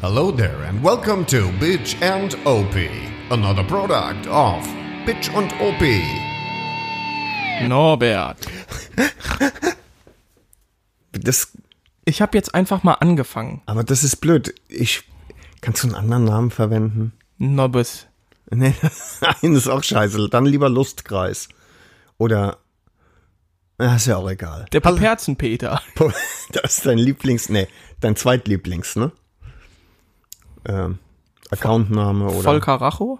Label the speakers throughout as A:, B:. A: Hello there and welcome to Bitch and OP, another product of Bitch und OP.
B: Norbert.
C: Das,
B: Ich habe jetzt einfach mal angefangen.
C: aber das ist blöd. Ich, kannst du einen anderen Namen verwenden?
B: Nobbes.
C: Nee, nein, ist auch scheiße. Dann lieber Lustkreis. Oder, na, ist ja auch egal.
B: Der Perzenpeter.
C: Po- Das ist dein Lieblings, nee, dein Zweitlieblings, ne? Ähm, Accountname oder.
B: Voll Karacho.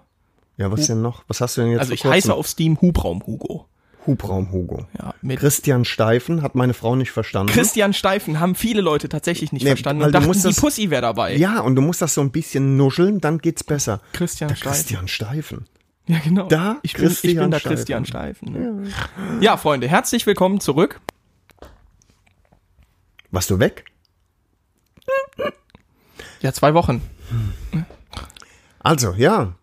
C: Ja, was denn noch? Was hast du denn jetzt
B: Also ich
C: vor kurzem?
B: heiße auf Steam Hubraum Hugo.
C: Hubraum Hugo.
B: Ja, mit
C: Christian Steifen hat meine Frau nicht verstanden.
B: Christian Steifen haben viele Leute tatsächlich nicht
C: Nee,
B: verstanden
C: weil
B: und
C: du
B: dachten,
C: musst
B: die
C: das-
B: Pussy wäre dabei.
C: ja, und du musst das so ein bisschen nuscheln, dann geht's besser.
B: Christian
C: Der
B: Steifen.
C: Christian Steifen.
B: Ja, genau.
C: Da
B: ich, bin, ich bin
C: Christian
B: da
C: Steifen.
B: Christian Steifen. Ne? Ja. Freunde, herzlich willkommen zurück.
C: Warst du weg?
B: Ja, zwei Wochen.
C: Also, ja.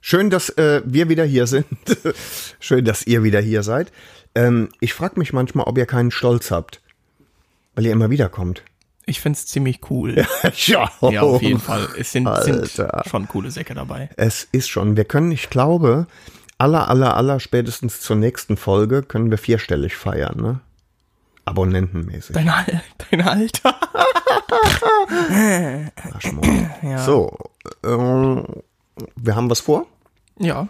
C: Schön, dass äh, wir wieder hier sind. Schön, dass ihr wieder hier seid. Ähm, ich frage mich manchmal, ob ihr keinen Stolz habt, weil ihr immer wieder kommt.
B: Ich find's ziemlich cool.
C: ja, oh.
B: Ja, auf jeden Fall. Es sind, sind
C: Alter.
B: schon coole Säcke dabei.
C: Es ist schon. Wir können, ich glaube, aller, aller, aller spätestens zur nächsten Folge können wir vierstellig feiern, ne? Abonnentenmäßig.
B: Dein, Al- dein Alter.
C: Arschmoll. So, ähm, wir haben was vor.
B: Ja.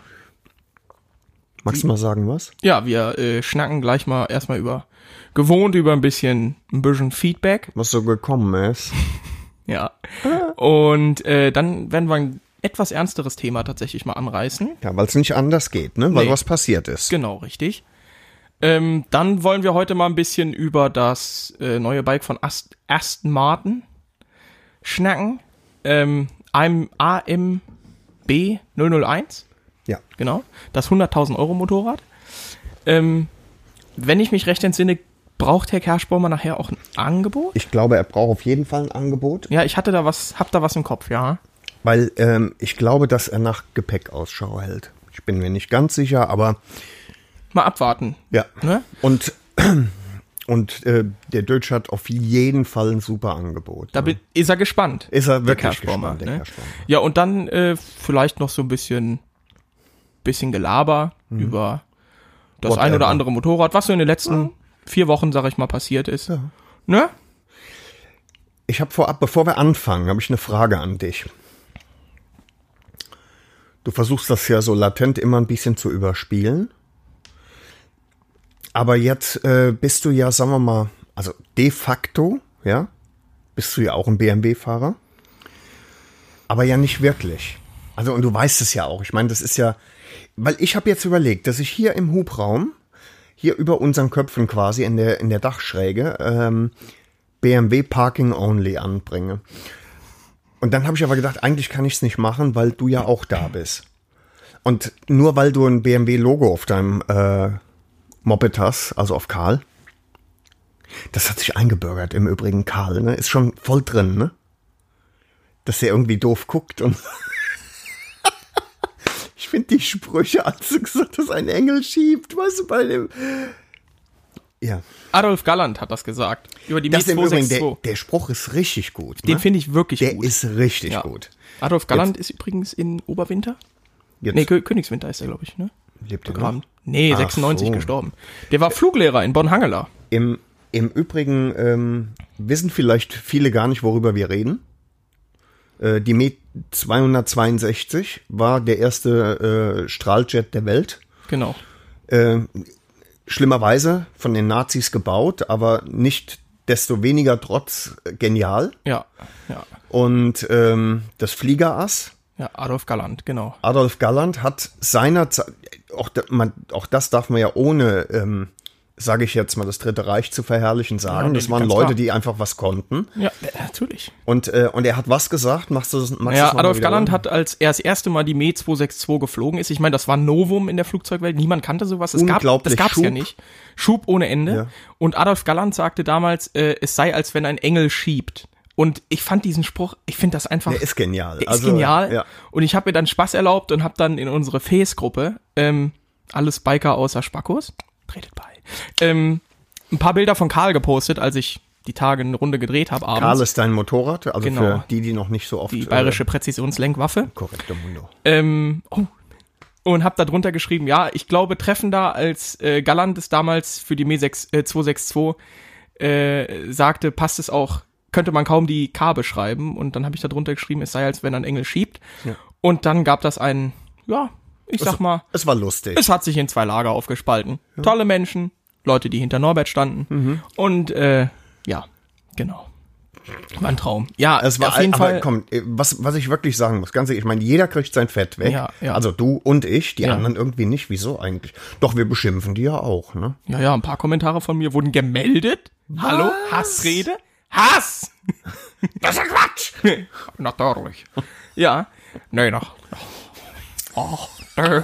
C: Magst du mal sagen was?
B: Ja, wir äh, schnacken gleich mal erstmal über gewohnt über ein bisschen ein bisschen Feedback.
C: Was so gekommen ist?
B: Ja. Und äh, dann werden wir ein etwas ernsteres Thema tatsächlich mal anreißen.
C: Ja, weil es nicht anders geht, ne? Weil
B: Nee.
C: was passiert ist.
B: Genau, richtig. Ähm, dann wollen wir heute mal ein bisschen über das äh, neue Bike von Ast Aston Martin schnacken. Ähm, AM AMB 001.
C: Ja.
B: Genau. Das 100.000 Euro Motorrad. Ähm, wenn ich mich recht entsinne, braucht Herr Kerschbaumer nachher auch ein Angebot?
C: Ich glaube, er braucht auf jeden Fall ein Angebot,
B: Ja, ich hatte da was, hab da was im Kopf, ja.
C: weil ähm, ich glaube, dass er nach Gepäck Ausschau hält. Ich bin mir nicht ganz sicher, aber
B: Mal abwarten.
C: ja.
B: Ne?
C: Und, und äh, der Deutsch hat auf jeden Fall ein super Angebot.
B: Da bin, ist er gespannt.
C: Ist er
B: der
C: wirklich
B: Kerschbaumer,
C: gespannt, der
B: ne?
C: Kerschbaumer.
B: Ja, und dann äh, vielleicht noch so ein bisschen, bisschen Gelaber über das
C: Mhm. Whatever.
B: ein oder andere Motorrad, was so in den letzten vier Wochen, sag ich mal, passiert ist. Ne?
C: Ich habe vorab, bevor wir anfangen, habe ich eine Frage an dich. Du versuchst das ja so latent immer ein bisschen zu überspielen. Aber jetzt äh, bist du ja, sagen wir mal, also de facto, ja, bist du ja auch ein BMW-Fahrer. Aber ja nicht wirklich. Also, und du weißt es ja auch. Ich meine, das ist ja, weil ich habe jetzt überlegt, dass ich hier im Hubraum, hier über unseren Köpfen quasi in der, in der Dachschräge, ähm, BMW Parking Only anbringe. Und dann habe ich aber gedacht, eigentlich kann ich es nicht machen, weil du ja auch da bist. Und nur weil du ein BMW-Logo auf deinem äh, Moped hast, also auf Karl, das hat sich eingebürgert im Übrigen, Karl, ne? Ist schon voll drin, ne? Dass er irgendwie doof guckt und. ich finde die Sprüche, als du gesagt hast, ein Engel schiebt, weißt du, bei dem. Ja.
B: Adolf Galland hat das gesagt. Über die
C: Das ist im Übrigen, der,
B: 262.
C: der Spruch ist richtig gut.
B: Den
C: ne?
B: finde ich wirklich
C: Der
B: gut.
C: ist richtig
B: Ja.
C: gut.
B: Adolf Galland ist übrigens in Oberwinter.
C: Jetzt
B: Nee, Kö Königswinter ist er, glaube ich, ne?
C: lebt er
B: Graben.
C: noch.
B: Nee,
C: Ach
B: 96
C: so.
B: gestorben. Der war Fluglehrer in Bonn-Hangeler.
C: Im, Im Übrigen ähm, wissen vielleicht viele gar nicht, worüber wir reden. Äh, die Met 262 war der erste äh, Strahljet der Welt.
B: Genau.
C: äh, schlimmerweise von den Nazis gebaut, aber nicht desto weniger trotz äh, genial.
B: Ja, ja.
C: Und ähm, das Fliegerass,
B: Ja, Adolf Galland, genau.
C: Adolf Galland hat seinerzeit, auch, da- man, auch das darf man ja ohne, ähm, sage ich jetzt mal, das Dritte Reich zu verherrlichen sagen.
B: Ja, nee,
C: das waren
B: ganz
C: Leute,
B: klar.
C: die einfach was konnten.
B: Ja, äh, natürlich.
C: Und, äh, und er hat was gesagt? Machst du das magst du
B: Ja,
C: das noch mal um?
B: Adolf
C: wiederholen?
B: Galland hat, als er das erste Mal die Me 262 geflogen ist, ich meine, das war ein Novum in der Flugzeugwelt, niemand kannte sowas, es gab, das
C: Unglaublich,
B: gab's ja
C: Schub.
B: nicht. Schub ohne Ende.
C: Ja.
B: Und Adolf Galland sagte damals, äh, es sei, als wenn ein Engel schiebt. Und ich fand diesen Spruch, ich finde das einfach
C: Der ist genial. Also,
B: Der ist genial.
C: Ja.
B: Und ich habe mir dann Spaß erlaubt und habe dann in unsere Face-Gruppe, ähm, alles Biker außer Spackos, tretet bei, ähm, ein paar Bilder von Karl gepostet, als ich die Tage eine Runde gedreht habe abends.
C: Karl ist äh, dein Motorrad, also
B: Genau.
C: für die, die noch nicht so oft.
B: die bayerische Präzisionslenkwaffe.
C: Äh, korrekte Mundo.
B: Ähm, oh. Und hab da drunter geschrieben, ja, ich glaube treffender als äh, Galland es damals für die Me 6, äh, 262 äh, sagte, passt es auch, könnte man kaum die K beschreiben. Und dann habe ich da drunter geschrieben, es sei, als wenn ein Engel schiebt. Und dann gab das einen, ja, ich
C: Also
B: sag mal,
C: Es war lustig.
B: es hat sich in zwei Lager aufgespalten. Tolle Menschen, Leute, die hinter Norbert standen.
C: Mhm.
B: Und äh, ja, genau. War ein Traum. Ja,
C: Es war
B: auf jeden
C: aber
B: Fall.
C: komm, äh, was, was ich wirklich sagen muss, ganz ehrlich, ich meine, jeder kriegt sein Fett weg.
B: Ja, ja.
C: Also du und ich, die
B: Ja.
C: anderen irgendwie nicht. Wieso eigentlich? Doch, wir beschimpfen die ja auch, ne?
B: Ja, ja, ein paar Kommentare von mir wurden gemeldet. Hallo? Hassrede? Hass!
C: Das ist ja Quatsch!
B: Natürlich. Ja. Nee, noch. Oh, nö.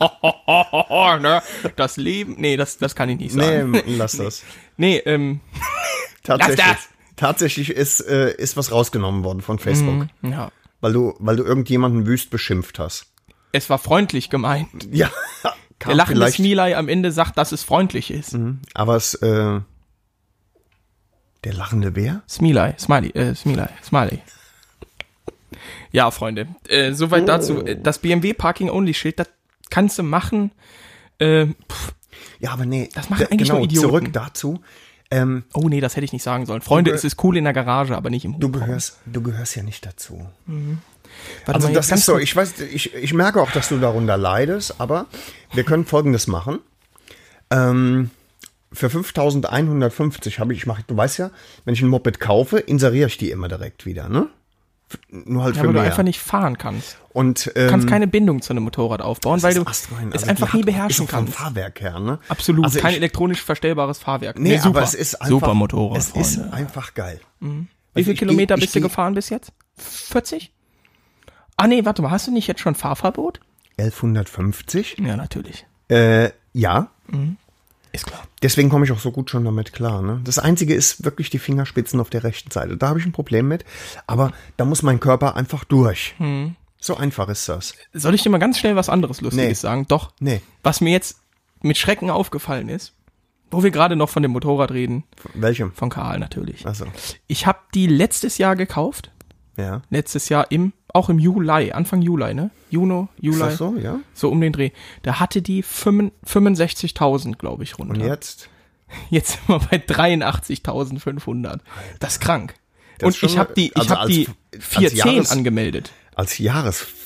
B: ne. Das Leben. Nee, das, das kann ich nicht
C: Nee,
B: sagen.
C: lass das.
B: Nee, ähm,
C: Tatsächlich.
B: Lass das!
C: Tatsächlich ist, äh, ist was rausgenommen worden von Facebook,
B: ja.
C: weil, du, weil du irgendjemanden wüst beschimpft hast.
B: Es war freundlich gemeint.
C: Ja,
B: Der
C: kam
B: lachende
C: vielleicht, Mhm.
B: Smiley am Ende sagt, dass es freundlich ist.
C: aber es, äh, der lachende Bär?
B: Smiley, Smiley, äh, Smiley, Smiley. Ja, Freunde, äh, soweit dazu.
C: Oh.
B: Äh, Das BMW Parking Only Schild, das kannst du machen. Äh, pff,
C: Ja, aber nee.
B: Das machen
C: da-
B: eigentlich nur Idioten.
C: Zurück dazu. Ähm,
B: oh nee, das hätte ich nicht sagen sollen. Freunde, es ist cool in der Garage, aber nicht im
C: du, gehörst, du gehörst ja nicht dazu.
B: Warte
C: Also
B: mal,
C: das
B: jetzt ganz
C: ist so,
B: kurz.
C: ich weiß, ich, ich merke auch, dass du darunter leidest, aber wir können folgendes machen. Ähm, für 5150 habe ich, ich mache, du weißt ja, wenn ich ein Moped kaufe, inseriere ich die immer direkt wieder, ne? F- Nur halt
B: Ja,
C: für
B: weil du
C: mehr.
B: einfach nicht fahren kannst.
C: Und
B: Du
C: ähm,
B: kannst keine Bindung zu einem Motorrad aufbauen, weil du
C: also
B: es einfach nie beherrschen
C: kann.
B: kannst.
C: Fahrwerk her, ne?
B: Absolut,
C: Also
B: kein
C: ich,
B: elektronisch verstellbares Fahrwerk.
C: nee, aber es ist einfach
B: super Motorrad,
C: Es
B: Freunde. Mhm.
C: ist einfach geil. Also
B: Wie viele
C: ich geh-
B: Kilometer
C: ich
B: bist du
C: geh-
B: gefahren bis jetzt? 40? Ah nee, warte mal, hast du nicht jetzt schon Fahrverbot?
C: 1150?
B: Ja, natürlich.
C: Äh, ja,
B: Ist klar.
C: Deswegen komme ich auch so gut schon damit klar. Ne? Das Einzige ist wirklich die Fingerspitzen auf der rechten Seite. Da habe ich ein Problem mit. Aber da muss mein Körper einfach durch.
B: Hm.
C: So einfach ist das.
B: Soll ich dir mal ganz schnell was anderes Lustiges
C: Nee.
B: sagen? Doch.
C: Nee.
B: Was mir jetzt mit Schrecken aufgefallen ist, wo wir gerade noch von dem Motorrad reden,
C: Welchem?
B: von Karl natürlich.
C: Also,
B: Ich habe die letztes Jahr gekauft.
C: ja.
B: Letztes Jahr im, auch im Juli, Anfang Juli, ne? Juno, Juli.
C: Ist das so, ja?
B: So um den Dreh. Da hatte die 65.000, glaube ich, runter.
C: Und jetzt?
B: Jetzt sind wir bei 83.500. Das ist krank.
C: Das ist
B: Und ich
C: schon-
B: habe die, ich
C: also
B: hab die
C: als- als
B: 410
C: Jahres-
B: angemeldet.
C: Als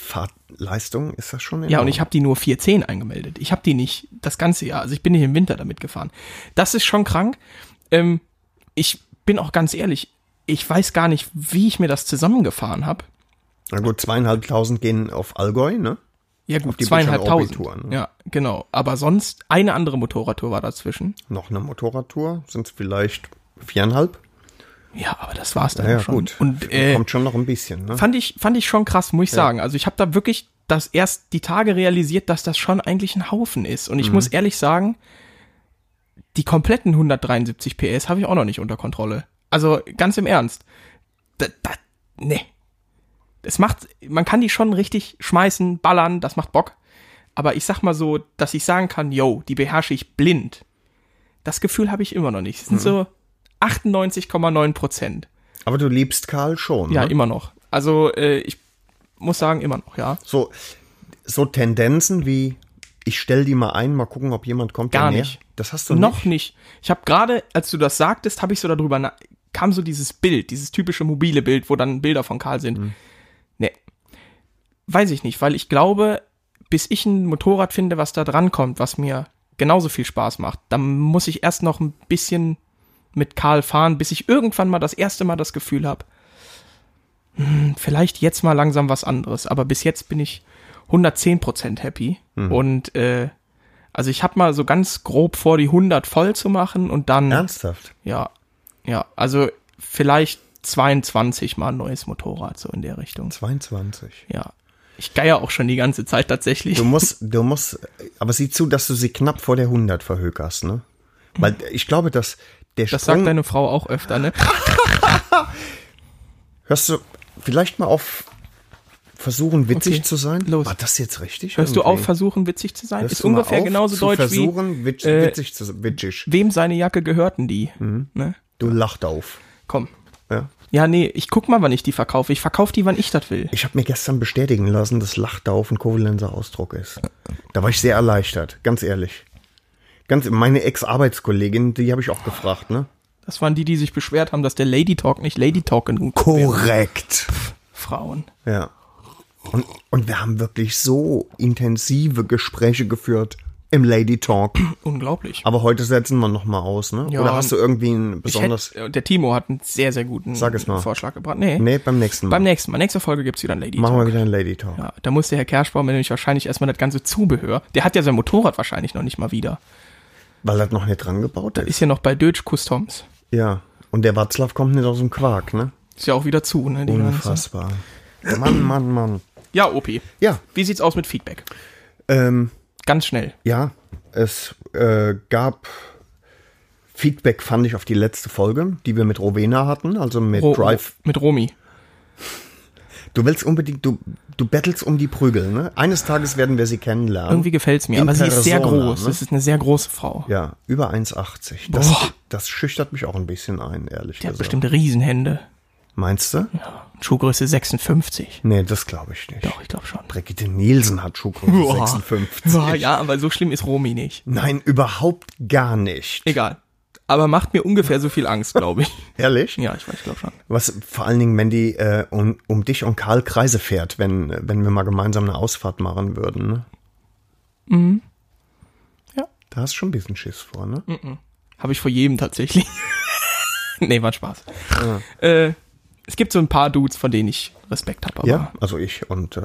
C: Jahresfahrtleistung ist das schon
B: Ja, und ich habe die nur 410 angemeldet. Ich habe die nicht das ganze Jahr. Also ich bin nicht im Winter damit gefahren. Das ist schon krank. Ähm, ich bin auch ganz ehrlich, ich weiß gar nicht, wie ich mir das zusammengefahren habe.
C: Na gut, zweieinhalbtausend gehen auf Allgäu, ne?
B: Ja gut,
C: die Bildschirm-Orbit-Tour,
B: zweieinhalbtausend.
C: ne?
B: Ja, genau. Aber sonst eine andere Motorradtour war dazwischen.
C: Noch eine Motorradtour sind es vielleicht viereinhalb.
B: Ja, aber das war's dann
C: Ja, ja,
B: schon.
C: gut.
B: Und äh,
C: Kommt schon noch ein bisschen, ne?
B: fand ich fand ich schon krass, muss ich sagen. Also ich habe da wirklich das erst die Tage realisiert, dass das schon eigentlich ein Haufen ist. Und ich muss ehrlich sagen, die kompletten 173 PS habe ich auch noch nicht unter Kontrolle. Also ganz im Ernst, da, da, nee, es macht, man kann die schon richtig schmeißen, ballern, das macht Bock. Aber ich sag mal so, dass ich sagen kann, yo, die beherrsche ich blind. Das Gefühl habe ich immer noch nicht. Es sind so 98,9 Prozent.
C: Aber du liebst Karl schon,
B: Ja,
C: ne?
B: immer noch. Also äh, ich muss sagen, immer noch, ja.
C: So, so Tendenzen wie, ich stell die mal ein, mal gucken, ob jemand kommt. der
B: Gar
C: näher-
B: nicht.
C: Das hast du
B: noch
C: nicht.
B: nicht. Ich habe gerade, als du das sagtest, habe ich so darüber, na kam so dieses Bild, dieses typische mobile Bild, wo dann Bilder von Karl sind.
C: Mhm.
B: Nee. Weiß ich nicht, weil ich glaube, bis ich ein Motorrad finde, was da dran kommt, was mir genauso viel Spaß macht, dann muss ich erst noch ein bisschen mit Karl fahren, bis ich irgendwann mal das erste Mal das Gefühl habe, hm, vielleicht jetzt mal langsam was anderes. Aber bis jetzt bin ich 110% happy.
C: Mhm.
B: Und äh, also ich habe mal so ganz grob vor, die 100 voll zu machen und dann,
C: Ernsthaft?
B: ja, ja, also vielleicht 22 mal ein neues Motorrad, so in der Richtung.
C: 22.
B: Ja. Ich geier auch schon die ganze Zeit tatsächlich.
C: Du musst, du musst, aber sieh zu, dass du sie knapp vor der 100 verhökerst, ne? Weil ich glaube, dass der
B: Das sagt
C: Sprung,
B: deine Frau auch öfter, ne?
C: hörst du vielleicht mal auf, versuchen witzig
B: Okay,
C: zu sein?
B: los.
C: War das jetzt richtig?
B: Hörst du
C: irgendwie?
B: auf, versuchen witzig zu sein?
C: Hörst
B: ist
C: du mal
B: ungefähr
C: auf
B: genauso
C: zu
B: deutsch wie
C: versuchen, witz,
B: äh,
C: witzig zu sein. Witzisch. Mhm.
B: wem seine Jacke gehörten die. Ne?
C: Du lacht auf.
B: Komm.
C: Ja.
B: Ja, nee, ich guck mal, wann ich die verkaufe. Ich verkaufe die, wann ich das will.
C: Ich habe mir gestern bestätigen lassen, dass Lachtauf ein Kovalenzer Ausdruck ist. Da war ich sehr erleichtert, ganz ehrlich. Ganz meine Ex-Arbeitskollegin, die habe ich auch gefragt, ne?
B: Das waren die, die sich beschwert haben, dass der Lady Talk nicht Lady Talk genug wäre.
C: Korrekt.
B: Frauen.
C: Ja. Und, und wir haben wirklich so intensive Gespräche geführt im Lady Talk.
B: Unglaublich.
C: Aber heute setzen wir nochmal aus, ne?
B: Ja,
C: Oder hast du irgendwie einen
B: Ich
C: besonders.
B: hätte- äh, der Timo hat einen sehr, sehr guten
C: Sag es mal.
B: Vorschlag gebracht. Nee,
C: Nee, beim nächsten Mal.
B: beim nächsten Mal. Nächste Folge gibt's wieder einen Lady
C: Machen
B: Talk.
C: wir wieder einen Lady Talk.
B: Ja, da muss der Herr Kerschbaum nämlich wahrscheinlich erstmal das ganze Zubehör. Der hat ja sein Motorrad wahrscheinlich noch nicht mal wieder.
C: Weil das noch nicht dran gebaut ist.
B: Ist ja noch bei Deutsch Customs.
C: Ja. Und der Watzlaw kommt nicht aus dem Quark, ne?
B: Ist ja auch wieder zu, ne? Die ganze.
C: Unfassbar. Mann, Mann, Mann.
B: Ja, Opi.
C: Ja,
B: Wie sieht's aus mit Feedback?
C: ähm,
B: Ganz schnell.
C: ja, es äh, gab Feedback, fand ich, auf die letzte Folge, die wir mit Rowena hatten, also mit
B: Ro-
C: Drive.
B: Mit Romy.
C: Du willst unbedingt, du, du bettelst um die Prügel, ne? Eines Tages werden wir sie kennenlernen.
B: Irgendwie gefällt's mir.
C: In
B: Aber sie ist sehr
C: Persona,
B: groß.
C: ne?
B: Das ist eine sehr große Frau.
C: Ja, über 1,80. Das,
B: Boah.
C: das schüchtert mich auch ein bisschen ein, ehrlich
B: Die hat
C: gesagt.
B: bestimmt Riesenhände.
C: Meinst du?
B: Schuhgröße 56.
C: Nee, das glaube ich nicht.
B: Doch, ich glaube schon.
C: Brigitte Nielsen hat Schuhgröße
B: Boah.
C: 56.
B: Boah, ja, aber so schlimm ist Romy nicht.
C: Nein, überhaupt gar nicht.
B: Egal. Aber macht mir ungefähr so viel Angst, glaube ich.
C: Ehrlich?
B: Ja, ich weiß, ich glaube schon.
C: Was vor allen Dingen, Mandy, äh, um, um dich und Karl Kreise fährt, wenn, wenn wir mal gemeinsam eine Ausfahrt machen würden. Ne?
B: Ja.
C: Da hast du schon ein bisschen Schiss vor, ne?
B: Habe ich vor jedem tatsächlich. nee, war ein Spaß. Äh, es gibt so ein paar Dudes, von denen ich Respekt habe, aber
C: Ja, also ich und äh,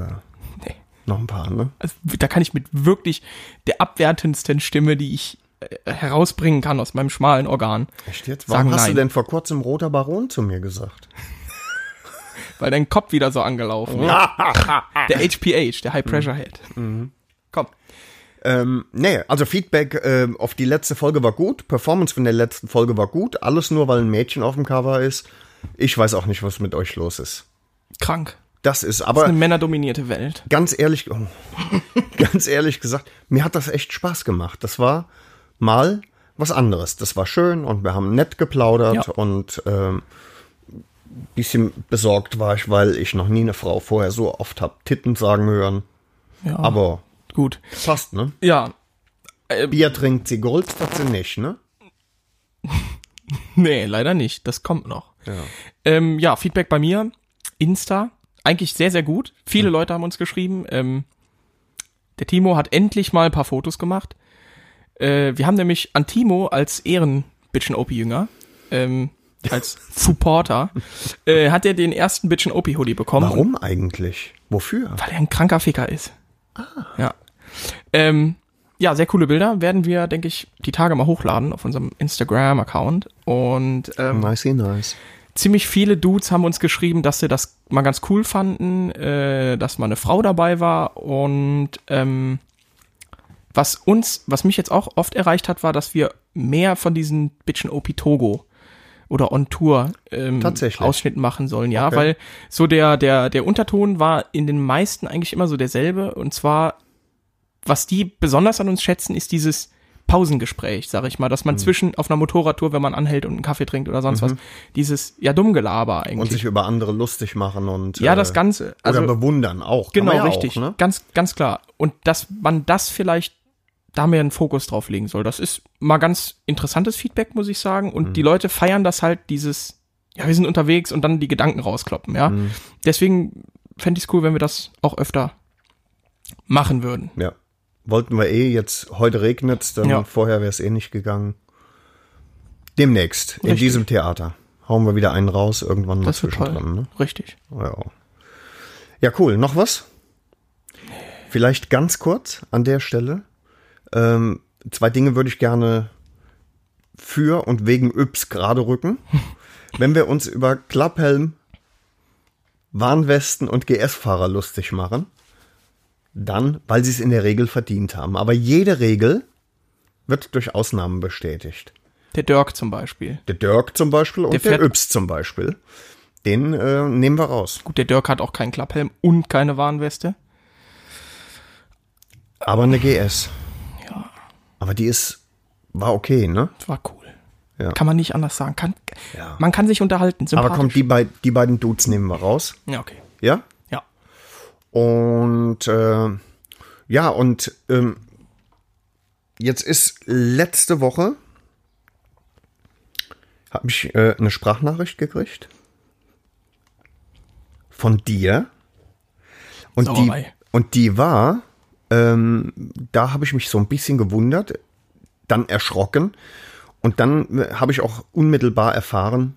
B: nee.
C: noch ein paar, ne?
B: Also, da kann ich mit wirklich der abwertendsten Stimme, die ich äh, herausbringen kann aus meinem schmalen Organ,
C: Echt jetzt?
B: Sagen
C: Warum hast
B: nein.
C: du denn vor kurzem Roter Baron zu mir gesagt?
B: weil dein Kopf wieder so angelaufen ist. Der HPH, der High Pressure Head. Komm.
C: Ähm, nee, also Feedback äh, auf die letzte Folge war gut, Performance von der letzten Folge war gut, alles nur, weil ein Mädchen auf dem Cover ist. Ich weiß auch nicht, was mit euch los ist.
B: Krank.
C: Das ist aber...
B: Eine männerdominierte Welt.
C: ganz ehrlich, oh, ganz ehrlich gesagt, mir hat das echt Spaß gemacht. Das war mal was anderes. Das war schön und wir haben nett geplaudert
B: Ja.
C: und ähm, ein bisschen besorgt war ich, weil ich noch nie eine Frau vorher so oft hab Titten sagen hören.
B: Ja.
C: Aber
B: Gut.
C: passt, ne?
B: Ja. Ähm,
C: Bier trinkt sie Gold, das sie nicht, ne?
B: Nee, leider nicht. Das kommt noch. Ja, ähm, ja Feedback bei mir. Insta. Eigentlich sehr, sehr gut. Viele Leute haben uns geschrieben. Ähm, der Timo hat endlich mal ein paar Fotos gemacht. Äh, wir haben nämlich an Timo als Ehrenbitchen Opi Jünger, ähm, als Supporter, äh, hat er den ersten Bitchen Opi Hoodie bekommen.
C: Warum eigentlich? Wofür?
B: Weil er ein kranker Ficker ist. Ah. Ja. Ähm, ja, sehr coole Bilder. Werden wir, denke ich, die Tage mal hochladen auf unserem Instagram-Account. Und ähm,
C: Nice, nice.
B: ziemlich viele Dudes haben uns geschrieben, dass sie das mal ganz cool fanden, äh, dass mal eine Frau dabei war. Und ähm, was uns, was mich jetzt auch oft erreicht hat, war, dass wir mehr von diesen Bitchen OP Togo oder on Tour ähm,
C: Tatsächlich.
B: Ausschnitt machen sollen, ja,
C: Okay.
B: weil so der der der Unterton war in den meisten eigentlich immer so derselbe und zwar was die besonders an uns schätzen, ist dieses Pausengespräch, sag ich mal, dass man
C: Mhm.
B: zwischen auf einer Motorradtour, wenn man anhält und einen Kaffee trinkt oder sonst was, dieses ja dumm Gelaber
C: Und
B: eigentlich.
C: sich über andere lustig machen und äh,
B: ja, das Ganze. Also,
C: oder bewundern auch. Kann
B: genau,
C: man ja
B: richtig.
C: Auch, ne?
B: Ganz, ganz klar. Und dass man das vielleicht da mehr einen Fokus drauf legen soll. Das ist mal ganz interessantes Feedback, muss ich sagen.
C: Mhm.
B: Und die Leute feiern das halt, dieses, ja, wir sind unterwegs und dann die Gedanken rauskloppen, ja.
C: Mhm.
B: Deswegen fände ich es cool, wenn wir das auch öfter machen würden.
C: Ja. Wollten wir eh jetzt, heute regnet dann
B: Ja.
C: vorher wäre es eh nicht gegangen. Demnächst, in
B: Richtig.
C: diesem Theater. Hauen wir wieder einen raus, irgendwann mal
B: Das wird toll.
C: zwischendrin. Ne?
B: Richtig.
C: Ja. ja, cool. Noch was? Vielleicht ganz kurz an der Stelle. Ähm, zwei Dinge würde ich gerne für und wegen Yps gerade rücken. Wenn wir uns über Klapphelm, Warnwesten und GS-Fahrer lustig machen, dann, weil sie es in der Regel verdient haben. Aber jede Regel wird durch Ausnahmen bestätigt.
B: Der Dirk zum Beispiel.
C: Der Dirk zum Beispiel und
B: Der
C: der,
B: fährt-
C: der Yps zum Beispiel. Den äh, nehmen wir raus.
B: Gut, der Dirk hat auch keinen Klapphelm und keine Warnweste.
C: Aber eine GS.
B: Ja,
C: Aber die ist, war okay, ne?
B: das war cool.
C: Ja.
B: Kann man nicht anders sagen. Kann,
C: Ja.
B: Man kann sich unterhalten.
C: Aber
B: Sympathisch.
C: komm, die, bei, die beiden Dudes nehmen wir raus.
B: Ja, okay.
C: Ja?
B: Ja.
C: Und äh, ja, und ähm, jetzt ist letzte Woche habe ich äh, eine Sprachnachricht gekriegt von dir. Und die,
B: Sauerei.
C: und die war, ähm, da habe ich mich so ein bisschen gewundert, dann erschrocken und dann äh, habe ich auch unmittelbar erfahren,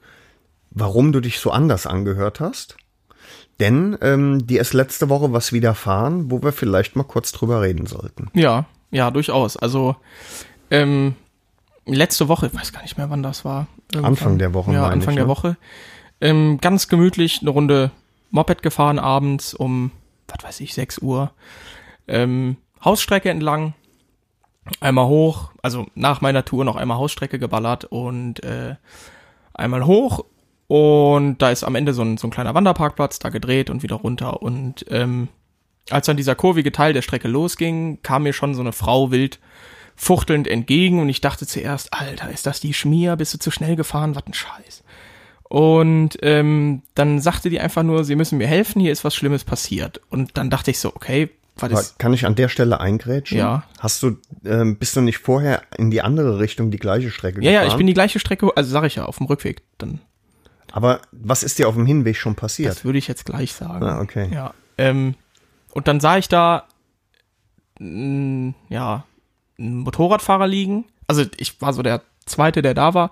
C: warum du dich so anders angehört hast. Denn ähm, dir ist letzte Woche was widerfahren, wo wir vielleicht mal kurz drüber reden sollten.
B: Ja, ja, durchaus. Also, ähm, letzte Woche, ich weiß gar nicht mehr, wann das war. Irgendwann.
C: Anfang der Woche,
B: Ja,
C: meine
B: Anfang
C: ich,
B: der
C: ne?
B: Woche. Ähm, ganz gemütlich eine Runde Moped gefahren abends um, was weiß ich, 6 Uhr. Ähm, Hausstrecke entlang. Einmal hoch, also nach meiner Tour noch einmal Hausstrecke geballert und äh, einmal hoch. Und da ist am Ende so ein, so ein kleiner Wanderparkplatz, da gedreht und wieder runter. Und ähm, als dann dieser kurvige Teil der Strecke losging, kam mir schon so eine Frau wild fuchtelnd entgegen und ich dachte zuerst, Alter, ist das die Schmier? Bist du zu schnell gefahren? Was ein Scheiß. Und ähm, dann sagte die einfach nur, sie müssen mir helfen, hier ist was Schlimmes passiert. Und dann dachte ich so, okay, was
C: Aber
B: ist.
C: kann ich an der Stelle eingrätschen?
B: Ja.
C: Hast du, ähm, bist du nicht vorher in die andere Richtung die gleiche Strecke
B: Ja, ja,
C: gefahren?
B: ich bin die gleiche Strecke, also sag ich ja, auf dem Rückweg. Dann
C: Aber was ist dir auf dem Hinweg schon passiert?
B: Das würde ich jetzt gleich sagen.
C: Ah, okay.
B: Ja. Ähm, und dann sah ich da n, ja, einen Motorradfahrer liegen. Also ich war so der Zweite, der da war.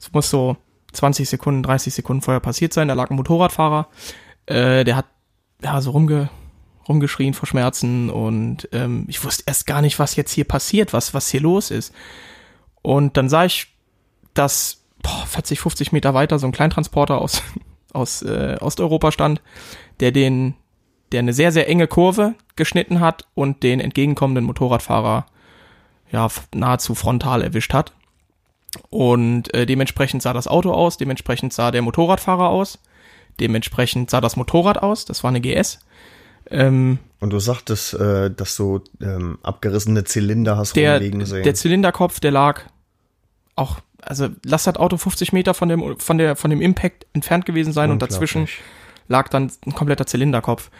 B: Es muss so 20 Sekunden, 30 Sekunden vorher passiert sein. Da lag ein Motorradfahrer. Äh, der hat ja, so rumge, rumgeschrien vor Schmerzen und ähm, ich wusste erst gar nicht, was jetzt hier passiert, was, was hier los ist. Und dann sah ich, dass boah, 40, 50 Meter weiter so ein Kleintransporter aus, aus äh, Osteuropa stand, der den, der eine sehr, sehr enge Kurve geschnitten hat und den entgegenkommenden Motorradfahrer ja f- nahezu frontal erwischt hat. Und äh, dementsprechend sah das Auto aus, dementsprechend sah der Motorradfahrer aus, dementsprechend sah das Motorrad aus, das war eine GS. Ähm,
C: Und du sagtest, äh, dass du ähm, abgerissene Zylinder hast
B: der,
C: rumliegen sehen.
B: der Zylinderkopf, der lag auch, also lass das Auto 50 Meter von dem, von der, von dem Impact entfernt gewesen sein und dazwischen
C: Unglaublich.
B: lag dann ein kompletter Zylinderkopf.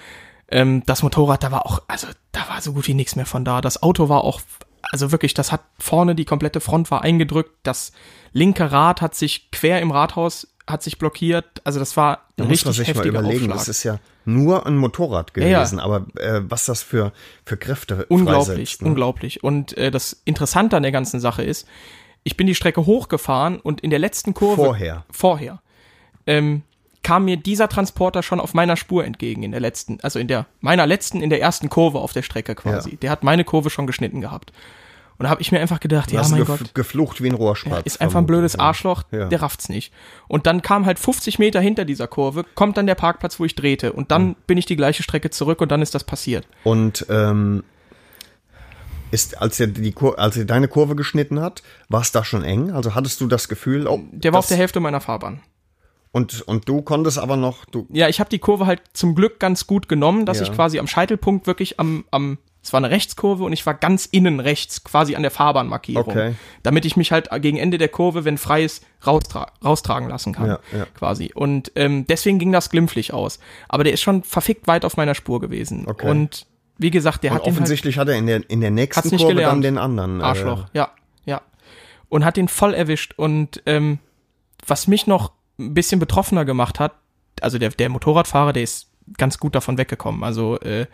B: Ähm, das Motorrad, da war auch, also da war so gut wie nichts mehr von da. Das Auto war auch, also wirklich, das hat vorne die komplette Front war eingedrückt. Das linke Rad hat sich quer im Rathaus, hat sich blockiert. Also das war
C: Da
B: ein
C: muss man
B: richtig
C: sich mal
B: heftiger
C: überlegen,
B: Aufschlag.
C: das ist ja nur ein Motorrad
B: ja.
C: gewesen, aber äh, was das für, für Kräfte
B: Unglaublich,
C: freisetzt, ne?
B: unglaublich. Und äh, das Interessante an der ganzen Sache ist, ich bin die Strecke hochgefahren und in der letzten Kurve
C: Vorher.
B: vorher ähm, kam mir dieser Transporter schon auf meiner Spur entgegen in der letzten, also in der meiner letzten, in der ersten Kurve auf der Strecke quasi.
C: Ja.
B: Der hat meine Kurve schon geschnitten gehabt. Und da habe ich mir einfach gedacht,
C: Du
B: ja
C: hast
B: mein
C: gef
B: Gott,
C: geflucht wie ein Rohrspatz.
B: ist einfach ein blödes
C: vermutlich, ne?
B: Arschloch,
C: Ja.
B: der rafft's nicht. Und dann kam halt 50 Meter hinter dieser Kurve, kommt dann der Parkplatz, wo ich drehte. Und dann bin ich die gleiche Strecke zurück und dann ist das passiert.
C: ne? Und ähm, ist, als er, die Kur als er deine Kurve geschnitten hat, war es da schon eng? Also hattest du das Gefühl, oh,
B: Der war
C: das,
B: auf der Hälfte meiner Fahrbahn.
C: Und, und du konntest aber noch, du,
B: ja, ich habe die Kurve halt zum Glück ganz gut genommen, dass
C: Ja.
B: ich quasi am Scheitelpunkt wirklich am, am, es war eine Rechtskurve und ich war ganz innen rechts, quasi an der Fahrbahnmarkierung.
C: Okay.
B: Damit ich mich halt gegen Ende der Kurve, wenn frei ist, raustra raustragen lassen kann.
C: Ja, ja.
B: Quasi. Und ähm, deswegen ging das glimpflich aus. Aber der ist schon verfickt weit auf meiner Spur gewesen.
C: Okay.
B: Und wie gesagt, der
C: und
B: hat den halt
C: offensichtlich hat er in der, in der nächsten
B: Hat's nicht
C: Kurve dann
B: gelernt.
C: den anderen. äh,
B: Arschloch, ja, ja. Und hat den voll erwischt. Und ähm, was mich noch ein bisschen betroffener gemacht hat, also der, der Motorradfahrer, der ist ganz gut davon weggekommen. Also äh,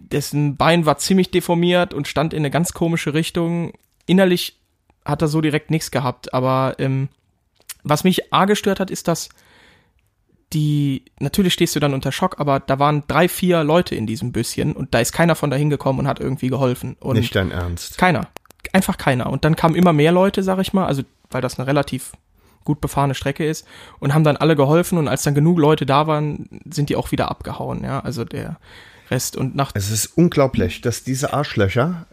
B: dessen Bein war ziemlich deformiert und stand in eine ganz komische Richtung. Innerlich hat er so direkt nichts gehabt. Aber ähm, was mich A gestört hat, ist, dass die, natürlich stehst du dann unter Schock, aber da waren drei, vier Leute in diesem Büsschen und da ist keiner von da hingekommen und hat irgendwie geholfen. Und
C: nicht dein Ernst.
B: keiner. Einfach keiner. Und dann kamen immer mehr Leute, sag ich mal, also weil das eine relativ gut befahrene Strecke ist, und haben dann alle geholfen und als dann genug Leute da waren, sind die auch wieder abgehauen, ja. Also der Rest. Und nach
C: Es ist unglaublich, dass diese Arschlöcher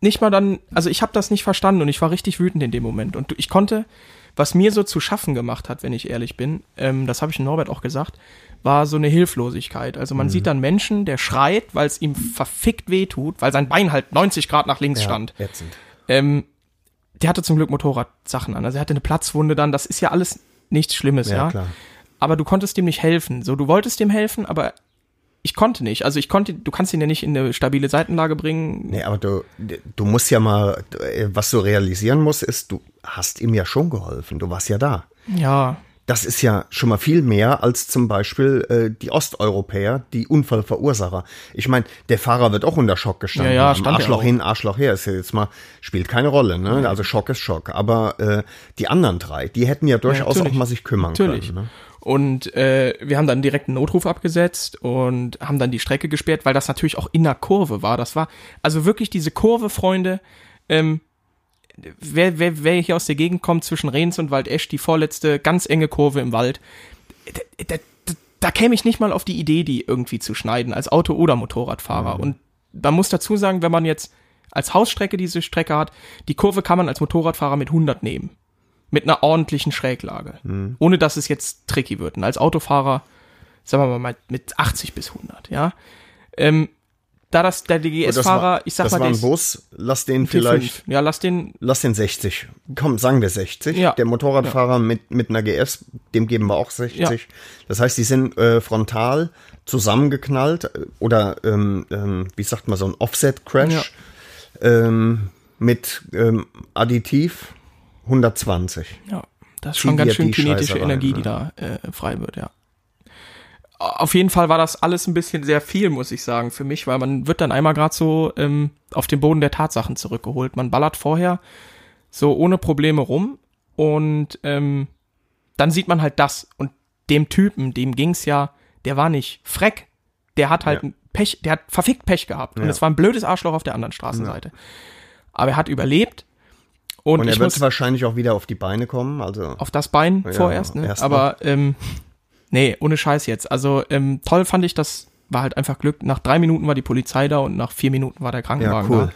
B: nicht mal dann, also ich habe das nicht verstanden und ich war richtig wütend in dem Moment. Und ich konnte, was mir so zu schaffen gemacht hat, wenn ich ehrlich bin, ähm, das habe ich Norbert auch gesagt, war so eine Hilflosigkeit. Also man sieht dann Menschen, der schreit, weil es ihm verfickt wehtut, weil sein Bein halt 90 Grad nach links stand.
C: ätzend.
B: Ähm, der hatte zum Glück Motorradsachen an. Also er hatte eine Platzwunde dann, das ist ja alles nichts Schlimmes, ja.
C: Ja, klar.
B: Aber du konntest dem nicht helfen. So, du wolltest dem helfen, aber ich konnte nicht. Also ich konnte, du kannst ihn ja nicht in eine stabile Seitenlage bringen.
C: Nee, aber du, du musst ja mal, äh, was du realisieren musst, ist, du hast ihm ja schon geholfen. Du warst ja da.
B: Ja.
C: Das ist ja schon mal viel mehr als zum Beispiel äh, die Osteuropäer, die Unfallverursacher. Ich meine, der Fahrer wird auch unter Schock gestanden.
B: Ja, ja,
C: haben.
B: stand er
C: Arschloch
B: auch.
C: hin, Arschloch her. Ist ja jetzt mal, spielt keine Rolle, ne? Also Schock ist Schock. Aber äh, die anderen drei, die hätten ja durchaus auch
B: natürlich.
C: mal sich kümmern
B: Natürlich.
C: können. Ne?
B: Und äh, wir haben dann direkt einen Notruf abgesetzt und haben dann die Strecke gesperrt, weil das natürlich auch in der Kurve war. Das war also wirklich diese Kurve, Freunde. Ähm, wer, wer, wer hier aus der Gegend kommt zwischen Rehns und Waldesch, die vorletzte ganz enge Kurve im Wald, da, da, da, da käme ich nicht mal auf die Idee, die irgendwie zu schneiden als Auto- oder Motorradfahrer. Und man muss dazu sagen, wenn man jetzt als Hausstrecke diese Strecke hat, die Kurve kann man als Motorradfahrer mit 100 nehmen mit einer ordentlichen Schräglage.
C: Mhm.
B: Ohne dass es jetzt tricky wird. Und als Autofahrer, sagen wir mal, mit 80 bis 100, ja. Ähm, da das, der
C: Und das war-
B: DGS-Fahrer, ich sag
C: das
B: mal,
C: war
B: der
C: ein
B: ist
C: Bus, lass den
B: T5.
C: vielleicht
B: Ja, lass den,
C: Lass den 60. Komm, sagen wir 60.
B: Ja.
C: Der Motorradfahrer mit, mit einer GS, dem geben wir auch 60. Das heißt, die sind äh, frontal zusammengeknallt äh, oder, ähm, ähm, wie sagt man, so ein Offset-Crash ähm, mit ähm, Additiv 120.
B: ja, das ist
C: Zieh
B: schon
C: dir
B: ganz schön
C: die Scheiße
B: kinetische
C: rein, ne?
B: Energie, die da äh, frei wird, ja. Auf jeden Fall war das alles ein bisschen sehr viel, muss ich sagen, für mich, weil man wird dann einmal gerade so ähm, auf den Boden der Tatsachen zurückgeholt. Man ballert vorher so ohne Probleme rum und ähm, dann sieht man halt das. Und dem Typen, dem ging's ja, der war nicht freck, der hat halt
C: Ja.
B: ein Pech, der hat verfickt Pech gehabt. Und
C: Ja.
B: es war ein blödes Arschloch auf der anderen Straßenseite. Aber er hat überlebt. Und,
C: Und
B: ich
C: er wird
B: muss
C: wahrscheinlich auch wieder auf die Beine kommen. Also,
B: auf das Bein
C: Ja,
B: vorerst, ne?
C: erst
B: Aber ähm, nee, ohne Scheiß jetzt. Also ähm, toll fand ich, das war halt einfach Glück. Nach drei Minuten war die Polizei da und nach vier Minuten war der
C: ja,
B: Krankenwagen da.
C: cool.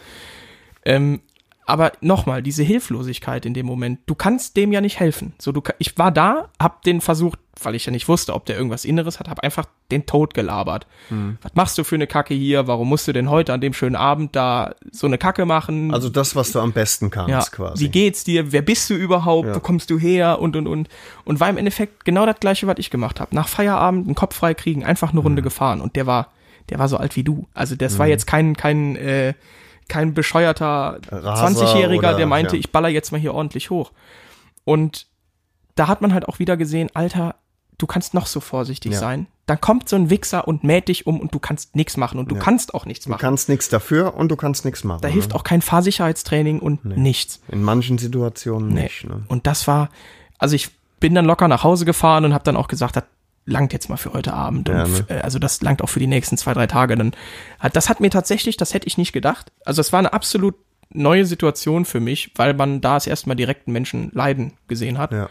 B: Ähm, aber nochmal, diese Hilflosigkeit in dem Moment, du kannst dem ja nicht helfen. So, du, ka- ich war da, hab den versucht, weil ich ja nicht wusste, ob der irgendwas Inneres hat, hab einfach den Tod gelabert.
C: Hm.
B: Was machst du für eine Kacke hier? Warum musst du denn heute an dem schönen Abend da so eine Kacke machen?
C: Also das, was du am besten kannst,
B: ja,
C: quasi.
B: Wie geht's dir? Wer bist du überhaupt? Wo kommst du her? Und, und, und. Und war im Endeffekt genau das Gleiche, was ich gemacht habe. Nach Feierabend einen Kopf frei kriegen, einfach eine
C: Mhm.
B: Runde gefahren. Und der war, der war so alt wie du. Also das war jetzt kein, kein, äh, kein bescheuerter
C: Raser
B: 20-Jähriger,
C: oder-
B: der meinte,
C: ja.
B: ich baller jetzt mal hier ordentlich hoch. Und da hat man halt auch wieder gesehen, Alter, du kannst noch so vorsichtig
C: Ja.
B: sein. Dann kommt so ein Wichser und mäht dich um und du kannst nichts machen und du kannst auch nichts
C: Du
B: machen.
C: kannst Mhm. nichts dafür und du kannst nichts machen.
B: Da hilft auch kein Fahrsicherheitstraining und nichts.
C: ne? In manchen Situationen nicht. Ne?
B: Und das war, also ich bin dann locker nach Hause gefahren und habe dann auch gesagt, das langt jetzt mal für heute Abend.
C: Ja,
B: und,
C: ne?
B: f- äh, Also das langt auch für die nächsten zwei, drei Tage. Dann, hat- das hat mir tatsächlich, das hätte ich nicht gedacht. Also es war eine absolut neue Situation für mich, weil man da das erste Mal direkten Menschen leiden gesehen hat.
C: Ja.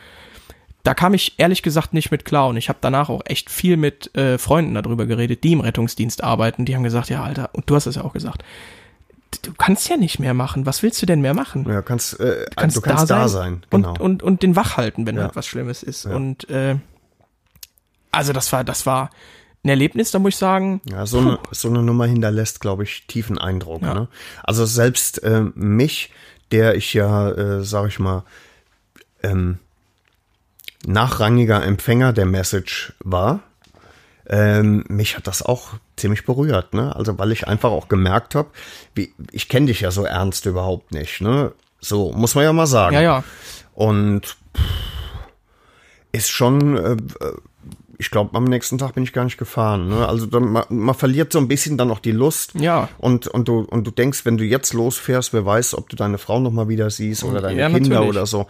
B: Da kam ich ehrlich gesagt nicht mit klar und ich habe danach auch echt viel mit äh, Freunden darüber geredet, die im Rettungsdienst arbeiten. Die haben gesagt, ja Alter, und du hast es ja auch gesagt, du kannst ja nicht mehr machen. Was willst du denn mehr machen?
C: Ja, kannst, äh,
B: kannst
C: du kannst da sein, genau.
B: und, und, und den wach halten, wenn
C: Ja.
B: halt was Schlimmes ist. Und äh, also das war, das war ein Erlebnis, da muss ich sagen,
C: ja, so, eine, so eine Nummer hinterlässt, glaube ich, tiefen Eindruck. Ne? Also selbst äh, mich, der ich ja, äh, sage ich mal, ähm, nachrangiger Empfänger der Message war, ähm, mich hat das auch ziemlich berührt, ne? Also weil ich einfach auch gemerkt habe, wie ich kenne dich ja so ernst überhaupt nicht, ne? So muss man ja mal sagen.
B: ja, ja,
C: Und pff, ist schon, äh, ich glaube, am nächsten Tag bin ich gar nicht gefahren. Ne? Also dann, man, man verliert so ein bisschen dann auch die Lust.
B: Ja.
C: Und, und, du, und du denkst, wenn du jetzt losfährst, wer weiß, ob du deine Frau nochmal wieder siehst oder deine
B: Ja,
C: Kinder
B: natürlich.
C: oder so.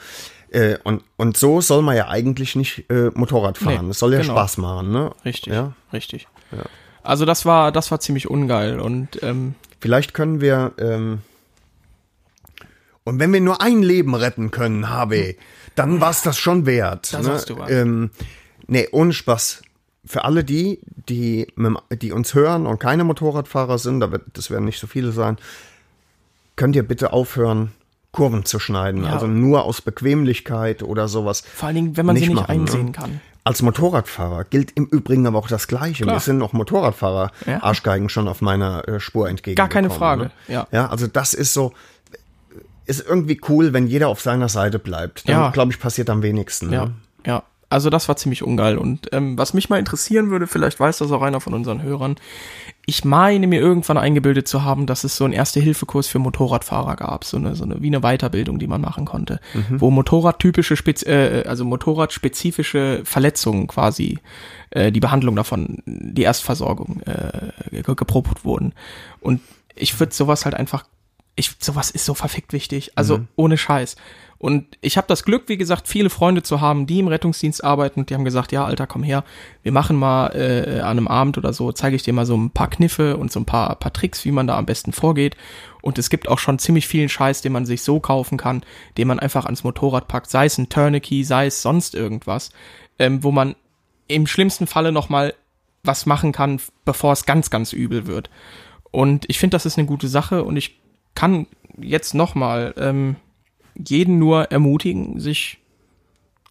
C: Äh, Und, und so soll man ja eigentlich nicht äh, Motorrad fahren.
B: Nee,
C: es soll ja
B: genau.
C: Spaß machen. Ne?
B: richtig,
C: Ja?
B: richtig. Also das war, das war ziemlich ungeil und ähm,
C: Vielleicht können wir. Ähm, und wenn wir nur ein Leben retten können, HW, dann war es das schon wert.
B: Da
C: ne?
B: sagst du was.
C: Ähm, nee, ohne Spaß. Für alle die, die, mit dem- die uns hören und keine Motorradfahrer sind, da wird, das werden nicht so viele sein, könnt ihr bitte aufhören, Kurven zu schneiden.
B: Ja.
C: Also nur aus Bequemlichkeit oder sowas.
B: vor allen Dingen, wenn man sie nicht
C: machen, ne?
B: einsehen kann.
C: Als Motorradfahrer gilt im Übrigen aber auch das Gleiche.
B: Klar.
C: Wir sind auch Motorradfahrer
B: Ja.
C: Arschgeigen schon auf meiner äh, Spur entgegen.
B: Gar keine Frage,
C: Ne?
B: ja.
C: ja, also das ist so. ist irgendwie cool, wenn jeder auf seiner Seite bleibt. Dann,
B: Ja.
C: glaube ich, passiert am wenigsten.
B: Ja,
C: ne?
B: ja. Also das war ziemlich ungeil. Und ähm, was mich mal interessieren würde, vielleicht weiß das auch einer von unseren Hörern, ich meine mir irgendwann eingebildet zu haben, dass es so einen Erste-Hilfe-Kurs für Motorradfahrer gab, so eine, so eine wie eine Weiterbildung, die man machen konnte, wo Motorradtypische, Spez äh, also Motorradspezifische Verletzungen quasi, äh, die Behandlung davon, die Erstversorgung äh, ge- geprobt wurden. Und ich würde sowas halt einfach ich sowas ist so verfickt wichtig, also ohne Scheiß. Und ich habe das Glück, wie gesagt, viele Freunde zu haben, die im Rettungsdienst arbeiten und die haben gesagt, ja, Alter, komm her, wir machen mal äh, an einem Abend oder so, zeige ich dir mal so ein paar Kniffe und so ein paar, paar Tricks, wie man da am besten vorgeht. Und es gibt auch schon ziemlich vielen Scheiß, den man sich so kaufen kann, den man einfach ans Motorrad packt, sei es ein Tourniquet, sei es sonst irgendwas, ähm, wo man im schlimmsten Falle noch mal was machen kann, bevor es ganz, ganz übel wird. Und ich finde, das ist eine gute Sache und ich kann jetzt nochmal ähm, jeden nur ermutigen, sich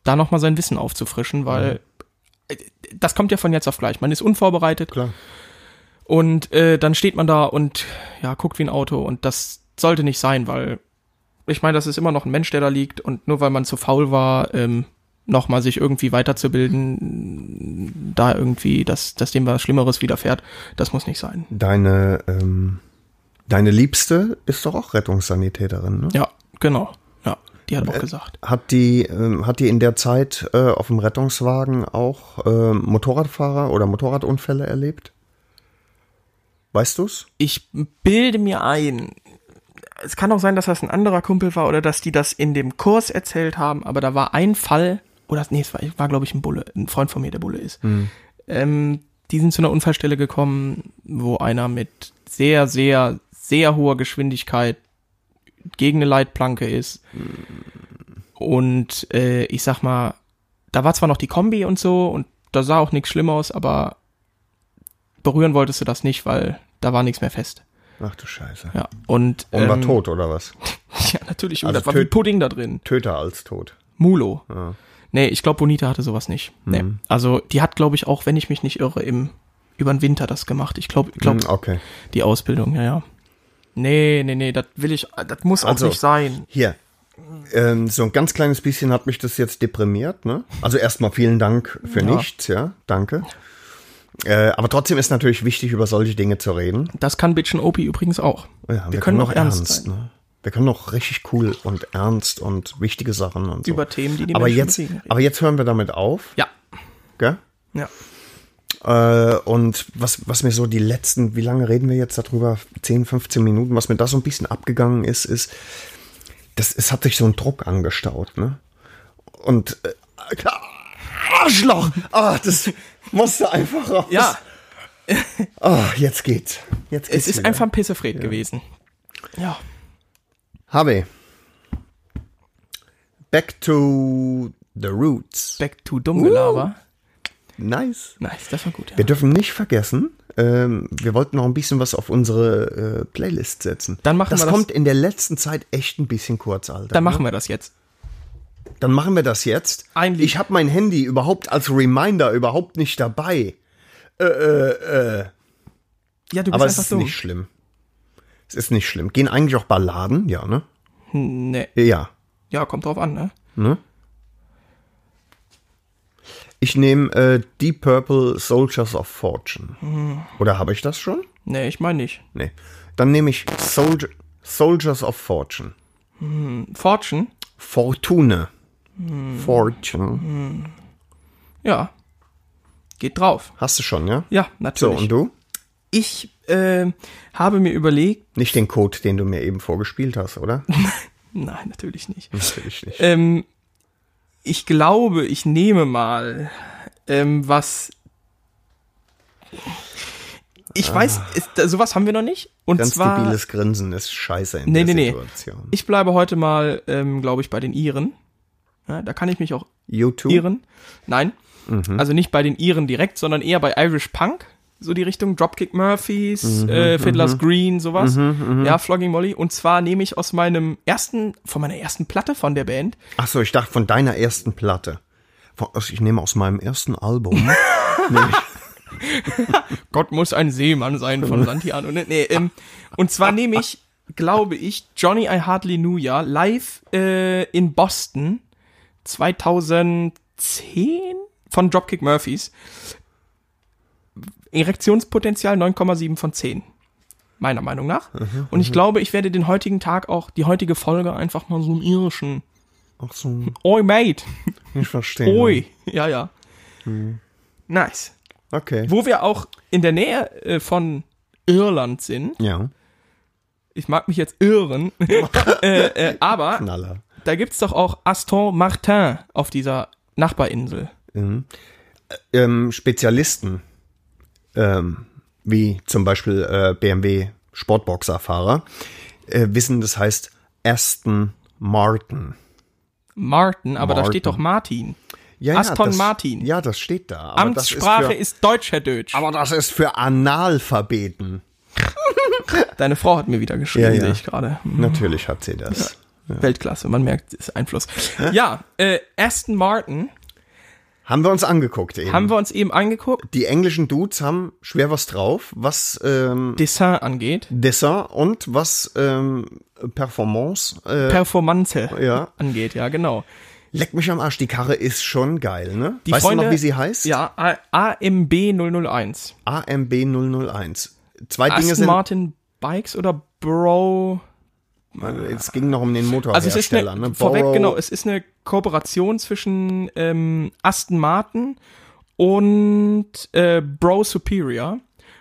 B: da nochmal sein Wissen aufzufrischen, weil äh, das kommt ja von jetzt auf gleich. Man ist unvorbereitet
C: Klar.
B: und äh, dann steht man da und ja, guckt wie ein Auto und das sollte nicht sein, weil ich meine, das ist immer noch ein Mensch, der da liegt und nur weil man zu faul war, ähm, nochmal sich irgendwie weiterzubilden, da irgendwie, dass, dass dem was Schlimmeres widerfährt, das muss nicht sein.
C: Deine, ähm, deine Liebste ist doch auch Rettungssanitäterin, ne?
B: Ja, genau. Ja, die hat auch gesagt.
C: Hat die, ähm, hat die in der Zeit äh, auf dem Rettungswagen auch ähm, Motorradfahrer oder Motorradunfälle erlebt? Weißt du's?
B: ich bilde mir ein, es kann auch sein, dass das ein anderer Kumpel war oder dass die das in dem Kurs erzählt haben, aber da war ein Fall, oder nee, es war, war glaube ich, ein Bulle, ein Freund von mir, der Bulle ist. Ähm, die sind zu einer Unfallstelle gekommen, wo einer mit sehr, sehr, sehr hoher Geschwindigkeit gegen eine Leitplanke ist. Und äh, ich sag mal, da war zwar noch die Kombi und so und da sah auch nichts schlimm aus, aber berühren wolltest du das nicht, weil da war nichts mehr fest.
C: Ach du Scheiße.
B: Ja, und. ähm,
C: Und war tot, oder was?
B: Ja, natürlich.
C: Also Ah.
B: das war wie
C: töt-
B: Pudding da drin.
C: Töter als tot.
B: Mulo. Nee, ich glaube, Bonita hatte sowas nicht. Nee.
C: Mhm.
B: Also, die hat, glaube ich, auch, wenn ich mich nicht irre, im, über den Winter das gemacht. Ich glaube, ich glaub,
C: Hm, okay.
B: die Ausbildung, ja, ja. Nee, nee, nee, das will ich, das muss
C: Also-
B: auch nicht sein.
C: Hier. Ähm, so ein ganz kleines bisschen hat mich das jetzt deprimiert. Ne? Also erstmal vielen Dank für nichts, ja, danke. Äh, aber trotzdem ist natürlich wichtig, über solche Dinge zu reden.
B: Das kann Bitchen Opi übrigens auch.
C: Ja,
B: wir können auch ernst sein.
C: ne? Wir können auch richtig cool und ernst und wichtige Sachen und so.
B: Über Themen, die die
C: aber
B: Menschen
C: jetzt,
B: bewegen, reden.
C: aber jetzt hören wir damit auf,
B: Ja,
C: gell?
B: ja.
C: Äh, und was, was mir so die letzten, wie lange reden wir jetzt darüber? 10, 15 Minuten, was mir da so ein bisschen abgegangen ist, ist, das, es hat sich so ein Druck angestaut, ne? Und äh, Arschloch! Ah, das musste einfach raus.
B: Ja,
C: Ah, jetzt geht's. Jetzt geht's
B: es ist
C: wieder.
B: einfach ein Pissefred gewesen. Ja.
C: Habe. Back to the roots.
B: Back to Dummgelaber.
C: Uh. Nice.
B: Nice, das war gut, ja.
C: Wir dürfen nicht vergessen, ähm, wir wollten noch ein bisschen was auf unsere äh, Playlist setzen.
B: Dann machen
C: das
B: wir das-
C: kommt in der letzten Zeit echt ein bisschen kurz, Alter.
B: Dann ne? machen wir das jetzt.
C: Dann machen wir das jetzt.
B: Ein Lied.
C: Ich habe mein Handy überhaupt als Reminder überhaupt nicht dabei.
B: Ja, du bist
C: Aber es
B: einfach
C: ist
B: dumm.
C: nicht schlimm. Es ist nicht schlimm. Gehen eigentlich auch Balladen, ja, ne?
B: Nee.
C: Ja.
B: Ja, kommt drauf an, ne?
C: Ich nehme äh, Deep Purple Soldiers of Fortune.
B: Hm.
C: Oder habe ich das schon?
B: Nee, ich meine nicht.
C: Nee. Dann nehme ich Soldier, Soldiers of Fortune.
B: Fortune?
C: Fortune.
B: Hm.
C: Fortune.
B: Ja. Geht drauf.
C: Hast du schon, ja?
B: Ja,
C: So,
B: natürlich.
C: und du?
B: ich äh, habe mir überlegt,
C: Nicht den Code, den du mir eben vorgespielt hast, oder?
B: nein, natürlich nicht.
C: Natürlich nicht.
B: Ähm, ich glaube, ich nehme mal ähm, was. Ich weiß, ist, sowas haben wir noch nicht. Und
C: Ganz
B: zwar.
C: debiles Grinsen ist scheiße in
B: Nee,
C: der
B: nee, nee.
C: Situation.
B: Ich bleibe heute mal, ähm, glaube ich, bei den Iren. Ja, da kann ich mich auch
C: YouTube?
B: Iren. Nein. Also nicht bei den Iren direkt, sondern eher bei Irish Punk. So die Richtung Dropkick Murphys, äh, Fiddler's Green, sowas. ja, Flogging Molly. Und zwar nehme ich aus meinem ersten, von meiner ersten Platte von der Band.
C: Ach so, ich dachte von deiner ersten Platte. Von- also Ich nehme aus meinem ersten Album. nehme ich-
B: Gott muss ein Seemann sein von Santiano. Ne? Nee, ähm, und zwar nehme ich glaube ich, Johnny I Hardly Knew Ya live äh, in Boston 2010 von Dropkick Murphys. Erektionspotenzial 9,7 von 10. Meiner Meinung nach. Und ich glaube, ich werde den heutigen Tag auch, die heutige Folge einfach mal so im irischen.
C: Auch so
B: Oi, mate.
C: nicht verstehen.
B: Oi. Ja, ja. Nice.
C: Okay.
B: Wo wir auch in der Nähe äh, von Irland sind.
C: Ja.
B: Ich mag mich jetzt irren. äh, äh, aber
C: Knaller.
B: da gibt's doch auch Aston Martin auf dieser Nachbarinsel.
C: ähm, Spezialisten, ähm, wie zum Beispiel äh, BMW Sportboxerfahrer, äh, wissen, das heißt Aston Martin.
B: Martin, aber da
C: Martin.
B: steht doch Martin.
C: Ja,
B: Aston
C: das,
B: Martin.
C: Ja, das steht da. Aber
B: Amtssprache
C: das ist,
B: ist, Deutsch, Herr Deutsch.
C: für, aber das ist für Analphabeten.
B: Deine Frau hat mir wieder geschrieben,
C: Ja, ja.
B: sehe ich gerade. Hm,
C: Natürlich hat sie das.
B: Weltklasse, man merkt, es ist Einfluss. ja, äh, Aston Martin
C: Haben wir uns angeguckt eben.
B: haben wir uns eben angeguckt,
C: Die englischen Dudes haben schwer was drauf, was ähm,
B: Dessin angeht,
C: Dessin und was ähm, Performance. Äh,
B: Performance
C: ja.
B: angeht, ja, genau.
C: leck mich am Arsch, die Karre ist schon geil, ne?
B: Die
C: weißt
B: Freunde,
C: du noch, wie sie heißt?
B: Ja, A- AMB 001.
C: AMB 001. Zwei Dinge
B: Aston
C: sind,
B: Martin Bikes oder Bro?
C: es ging noch um den
B: Also es ist
C: Motorhersteller,
B: eine,
C: ne?
B: vorweg
C: Borrow-
B: genau, es ist eine Kooperation zwischen ähm, Aston Martin und äh, Bro Superior.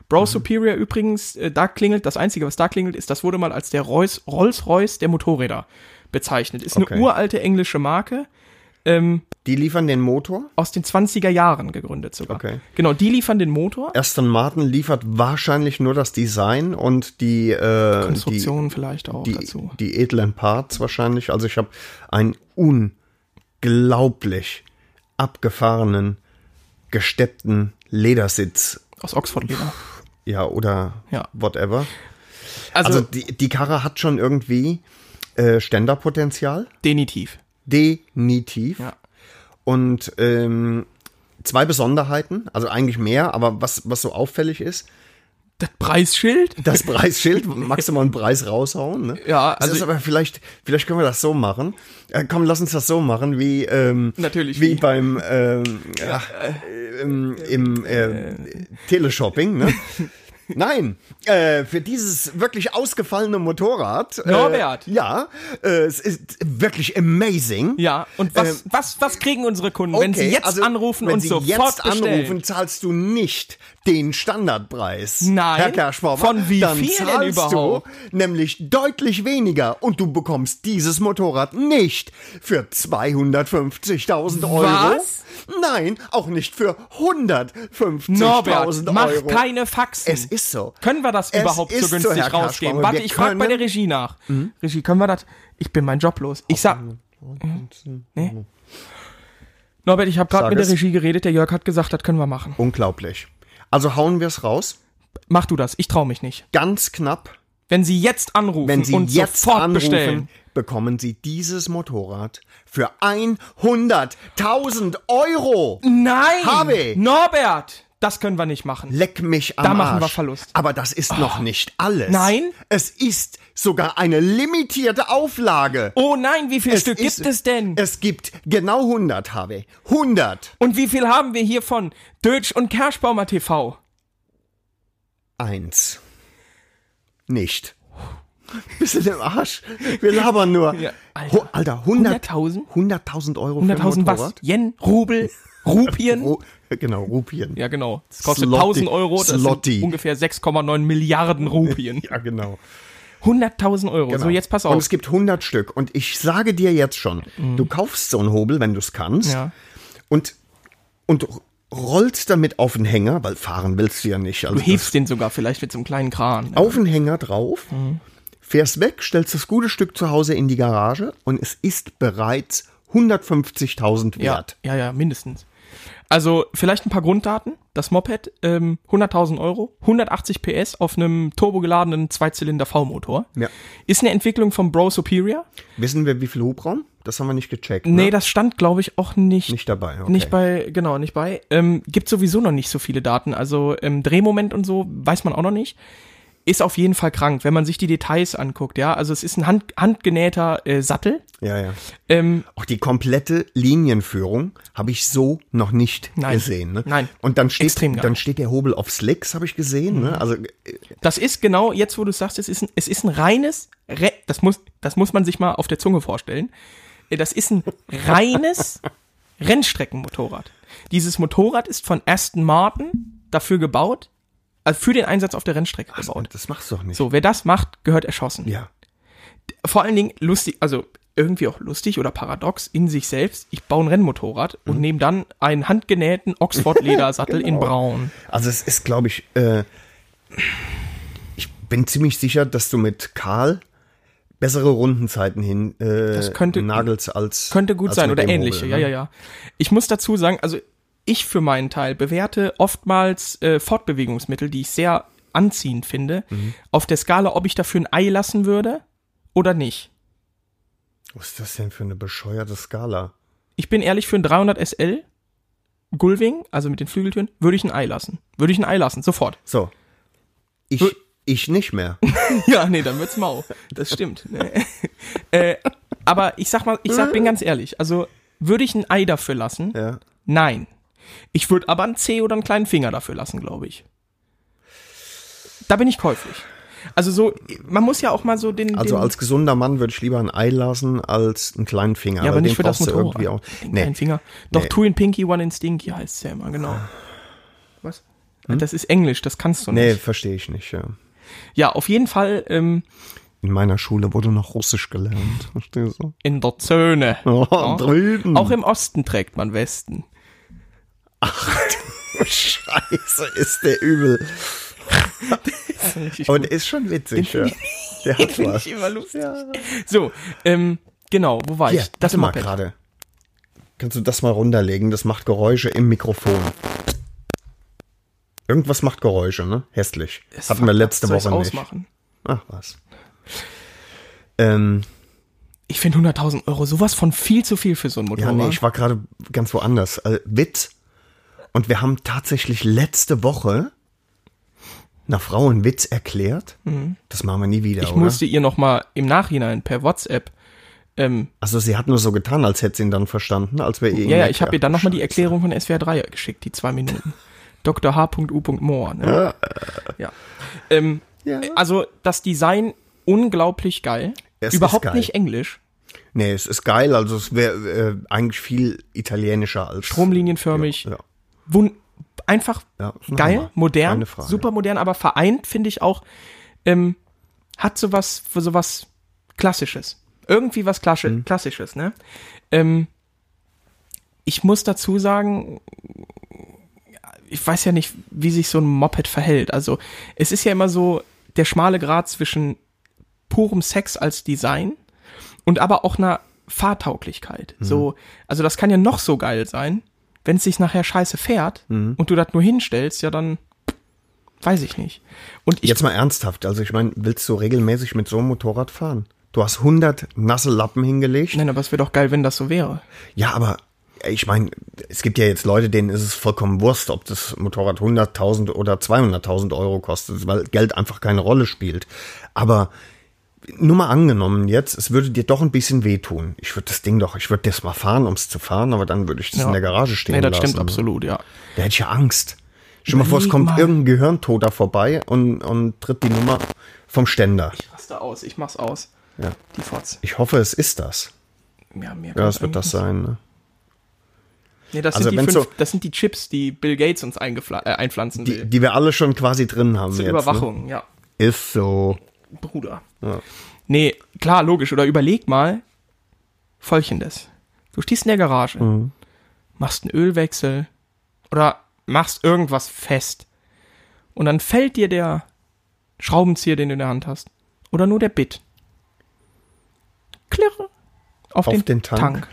B: Bro
C: Mhm.
B: Superior übrigens, äh, da klingelt, das Einzige, was da klingelt, ist, das wurde mal als der Reus, Rolls-Royce der Motorräder bezeichnet. Ist
C: Okay.
B: eine uralte englische Marke,
C: Die liefern den Motor.
B: aus den 20er Jahren gegründet sogar.
C: Okay.
B: Genau, die liefern den Motor,
C: Aston Martin liefert wahrscheinlich nur das Design und die, äh, die,
B: Konstruktionen vielleicht auch
C: die,
B: dazu.
C: die edlen Parts wahrscheinlich. Also ich habe einen unglaublich abgefahrenen, gesteppten Ledersitz.
B: Aus genau. Oxford-Leder.
C: Ja, oder
B: Ja.
C: whatever. Also,
B: Also,
C: die, die Karre hat schon irgendwie äh, Ständerpotenzial.
B: denitiv.
C: Definitiv.
B: Ja.
C: Und ähm, zwei Besonderheiten, also eigentlich mehr, aber was, was so auffällig ist,
B: Das Preisschild?
C: das Preisschild, magst du mal einen Preis raushauen? Ne?
B: Ja,
C: also.
B: also-
C: Das ist aber vielleicht, vielleicht können wir das so machen. Äh, komm, lass uns das so machen, wie, ähm,
B: Natürlich,
C: wie
B: wie-
C: beim ähm, ach, ähm, im äh, Teleshopping, ne? Nein, äh, für dieses wirklich ausgefallene Motorrad. Äh,
B: Norbert.
C: Ja, äh, es ist wirklich amazing.
B: Ja, und was, was, was kriegen unsere Kunden, wenn sie
C: Ähm, Okay,
B: jetzt
C: also,
B: anrufen
C: wenn
B: und
C: Sie
B: sofort
C: jetzt
B: bestellen?
C: anrufen, zahlst du nicht den Standardpreis.
B: Nein.
C: Herr Kerschbauer,
B: Von wie
C: dann
B: viel denn
C: zahlst
B: überhaupt?
C: du nämlich deutlich weniger und du bekommst dieses Motorrad nicht für 250.000 Euro.
B: Was?
C: Nein, auch nicht für 150.000
B: Norbert,
C: Euro.
B: mach keine Faxen.
C: Es ist so.
B: Können wir das
C: Es
B: überhaupt so
C: ist so,
B: günstig
C: Herr
B: rausgeben?
C: Kerschbauer,
B: Warte,
C: wir
B: ich frage bei
C: können- Mhm.
B: der Regie nach. Regie, können wir das? Ich bin mein Job los. Ich sag. Nee. Norbert, ich habe gerade
C: Sag
B: mit der
C: es.
B: Regie geredet. Der Jörg hat gesagt, das können wir machen.
C: Unglaublich. Also hauen wir es raus.
B: Mach du das. Ich traue mich nicht.
C: Ganz knapp.
B: Wenn Sie jetzt anrufen
C: Wenn Sie
B: und
C: jetzt
B: sofort
C: anrufen,
B: bestellen.
C: bekommen Sie dieses Motorrad für 100.000 Euro.
B: Nein!
C: Habe.
B: Norbert! Das können wir nicht machen.
C: Leck mich am
B: Da machen
C: Arsch.
B: wir Verlust. Oh.
C: Aber das ist noch nicht alles.
B: Nein?
C: Es ist sogar eine limitierte Auflage.
B: Oh nein, wie viel
C: es
B: Stück
C: ist-
B: gibt es denn?
C: Es gibt genau 100, Harvey. 100.
B: Und wie viel haben wir hier von Dötsch und Kerschbaumer TV?
C: Eins. Nicht. Bist du im Arsch? Wir labern nur.
B: Ja, Alter.
C: Ho- Alter 100
B: 100.000?
C: 100.000 Euro für ein
B: 100.000 was?
C: Motorrad?
B: Yen, Rubel, Rupien?
C: Ru genau, Rupien.
B: Ja, genau. Das kostet
C: Slotti.
B: 1000 Euro, das
C: Slotti.
B: sind ungefähr 6,9 Milliarden Rupien.
C: Ja, genau.
B: 100.000 Euro. So, Also jetzt pass
C: Und
B: auf. Mhm.
C: es gibt 100 Stück. Und ich sage dir jetzt schon, du kaufst so einen Hobel, wenn du es kannst,
B: Ja.
C: und, und rollst damit auf den Hänger, weil fahren willst du ja nicht. Also
B: Du hebst den sogar vielleicht mit so einem kleinen Kran.
C: das- auf den Hänger drauf,
B: Mhm.
C: fährst weg, stellst das gute Stück zu Hause in die Garage und es ist bereits 150.000
B: Ja,
C: wert.
B: ja, ja, mindestens. Also vielleicht ein paar Grunddaten. Das Moped, ähm, 100.000 Euro, 180 PS auf einem turbogeladenen Zweizylinder V-Motor.
C: Ja.
B: Ist eine Entwicklung vom Bro Superior.
C: Wissen wir, wie viel Hubraum? Das haben wir nicht gecheckt.
B: Nee,
C: ne?
B: das stand, glaube ich, auch nicht.
C: Nicht dabei, okay.
B: Nicht bei, genau, nicht bei. Ähm, gibt sowieso noch nicht so viele Daten. Also ähm, Drehmoment und so weiß man auch noch nicht. ist auf jeden Fall krank, wenn man sich die Details anguckt, ja. Also es ist ein hand, handgenähter äh, Sattel.
C: Ja, ja.
B: Ähm,
C: Auch die komplette Linienführung habe ich so noch nicht
B: Nein.
C: gesehen. Ne?
B: Nein.
C: Und dann steht,
B: Extrem Mhm. geil.
C: dann steht der Hobel auf Slicks, habe ich gesehen. Ne? Also äh,
B: das ist genau, jetzt wo du sagst, es ist ein, es ist ein reines, Re das, muss, das muss man sich mal auf der Zunge vorstellen. Äh, Das ist ein reines Rennstreckenmotorrad. Dieses Motorrad ist von Aston Martin dafür gebaut, also für den Einsatz auf der Rennstrecke gebaut.
C: das machst du doch nicht.
B: So, wer das macht, gehört erschossen.
C: Ja.
B: vor allen Dingen lustig, also irgendwie auch lustig oder paradox in sich selbst. Ich baue ein Rennmotorrad
C: Mhm.
B: und nehme dann einen handgenähten Oxford-Ledersattel in Braun.
C: Also es ist, glaube ich, äh, ich bin ziemlich sicher, dass du mit Karl bessere Rundenzeiten hin äh,
B: Das könnte-
C: nagelst als
B: Könnte gut
C: als
B: sein
C: mit
B: oder
C: dem
B: ähnliche.
C: Hobel,
B: ja,
C: ne?
B: ja, ja. Ich muss dazu sagen, also ich für meinen Teil bewerte oftmals äh, Fortbewegungsmittel, die ich sehr anziehend finde,
C: Mhm.
B: auf der Skala, ob ich dafür ein Ei lassen würde oder nicht.
C: Was ist das denn für eine bescheuerte Skala?
B: Ich bin ehrlich, für ein 300 SL Gullwing, also mit den Flügeltüren, würde ich ein Ei lassen. Würde ich ein Ei lassen, sofort.
C: So, ich
B: Du-
C: ich nicht mehr.
B: Ja, nee, dann wird's mau. Das stimmt. Ne? äh, aber ich sag mal, ich sag, bin ganz ehrlich. Also, würde ich ein Ei dafür lassen?
C: ja.
B: Nein. Ich würde aber einen Zeh oder einen kleinen Finger dafür lassen, glaube ich. Da bin ich käuflich. Also so, man muss ja auch mal so den.
C: Also
B: den,
C: als gesunder Mann würde ich lieber ein Ei lassen als einen kleinen Finger.
B: ja, aber
C: den
B: nicht für das
C: brauchst du
B: Motorrad.
C: irgendwie auch.
B: Den
C: Nee,
B: kleinen Finger. Doch,
C: Nee.
B: two in pinky, one in stinky heißt ja immer, genau. Was? Das ist Englisch, das kannst du nicht.
C: Hm? nee verstehe ich nicht. Ja.
B: Ja, auf jeden Fall ähm,
C: In meiner Schule wurde noch Russisch gelernt. Verstehst du?
B: in der Zone.
C: Oh,
B: Ja.
C: drüben.
B: Auch im Osten trägt man Westen.
C: Scheiße, ist der übel. Aber der ist schon witzig. Ja. Der hat
B: Finde
C: was.
B: ich immer lustig. So, ähm, genau, wo war ich?
C: Hier, das mal gerade. Kannst du das mal runterlegen? Das macht Geräusche im Mikrofon. Irgendwas macht Geräusche, ne? Hässlich.
B: Das
C: Hatten wir letzte
B: soll ich's
C: Woche nicht.
B: ausmachen?
C: Ach was. Ähm,
B: Ich finde 100.000 Euro sowas von viel zu viel für so ein
C: ja,
B: Motorrad.
C: nee, ich war gerade ganz woanders. Äh, Witz. Und wir haben tatsächlich letzte Woche einer Frau einen Witz erklärt. Das machen wir nie wieder,
B: Mhm. Ich
C: oder?
B: musste ihr noch mal im Nachhinein per WhatsApp. Ähm,
C: also sie hat nur so getan, als hätte sie ihn dann verstanden, als wir ihr
B: ja, ja, ich habe ihr dann noch mal die Erklärung von SWR 3 geschickt, die zwei Minuten. Dr. H.U.Mohr. Ne? Ja. Ähm,
C: Ja.
B: Also das Design unglaublich geil.
C: Es ist
B: Überhaupt
C: geil.
B: nicht englisch.
C: Nee, es ist geil, also es wäre äh, eigentlich viel italienischer als...
B: Stromlinienförmig.
C: Ja, ja.
B: Wun einfach
C: Ja, ist ein
B: geil,
C: Hammer.
B: modern,
C: Keine Frage.
B: super modern, aber vereint finde ich auch, ähm, hat sowas, sowas Klassisches. Irgendwie was Klassi
C: Mhm.
B: Klassisches, ne? Ähm, ich muss dazu sagen, ich weiß ja nicht, wie sich so ein Moped verhält. Also, es ist ja immer so der schmale Grat zwischen purem Sex als Design und aber auch einer Fahrtauglichkeit.
C: Mhm.
B: So, also das kann ja noch so geil sein, wenn es sich nachher scheiße fährt
C: Mhm.
B: und du das nur hinstellst, ja dann weiß ich nicht. Und ich
C: Jetzt mal ernsthaft, also ich meine, willst du regelmäßig mit so einem Motorrad fahren? Du hast 100 nasse Lappen hingelegt.
B: nein, aber es wäre doch geil, wenn das so wäre.
C: Ja, aber ich meine, es gibt ja jetzt Leute, denen ist es vollkommen Wurst, ob das Motorrad 100.000 oder 200.000 Euro kostet, weil Geld einfach keine Rolle spielt. Aber nur mal angenommen jetzt, es würde dir doch ein bisschen wehtun. Ich würde das Ding doch, ich würde das mal fahren, um es zu fahren, aber dann würde ich das in der Garage stehen ne?
B: Nee, das
C: lassen.
B: stimmt absolut, ja.
C: Da hätte ich ja Angst. Stell dir mal vor, es
B: Überleg
C: kommt
B: mal.
C: irgendein Gehirntoter vorbei und, und tritt die Nummer vom Ständer.
B: Ich raste aus, ich mach's aus.
C: Ja.
B: Die Fotz.
C: Ich hoffe, es ist das.
B: Ja, mehr
C: Ja,
B: kann's
C: es wird
B: eigentlich
C: das sein. Ne?
B: nicht. Nee, das,
C: Also
B: sind die
C: wenn's
B: fünf,
C: so-
B: das sind die Chips, die Bill Gates uns eingepfla- äh, einpflanzen will.
C: Die, die wir alle schon quasi drin haben.
B: Zur
C: jetzt,
B: Überwachung, ja.
C: Ne? Ist so.
B: Bruder. Nee, klar, logisch. Oder überleg mal folgendes. Du stehst in der Garage, machst einen Ölwechsel oder machst irgendwas fest. Und dann fällt dir der Schraubenzieher, den du in der Hand hast. Oder nur der Bit. Klirre. Auf, den, Tank.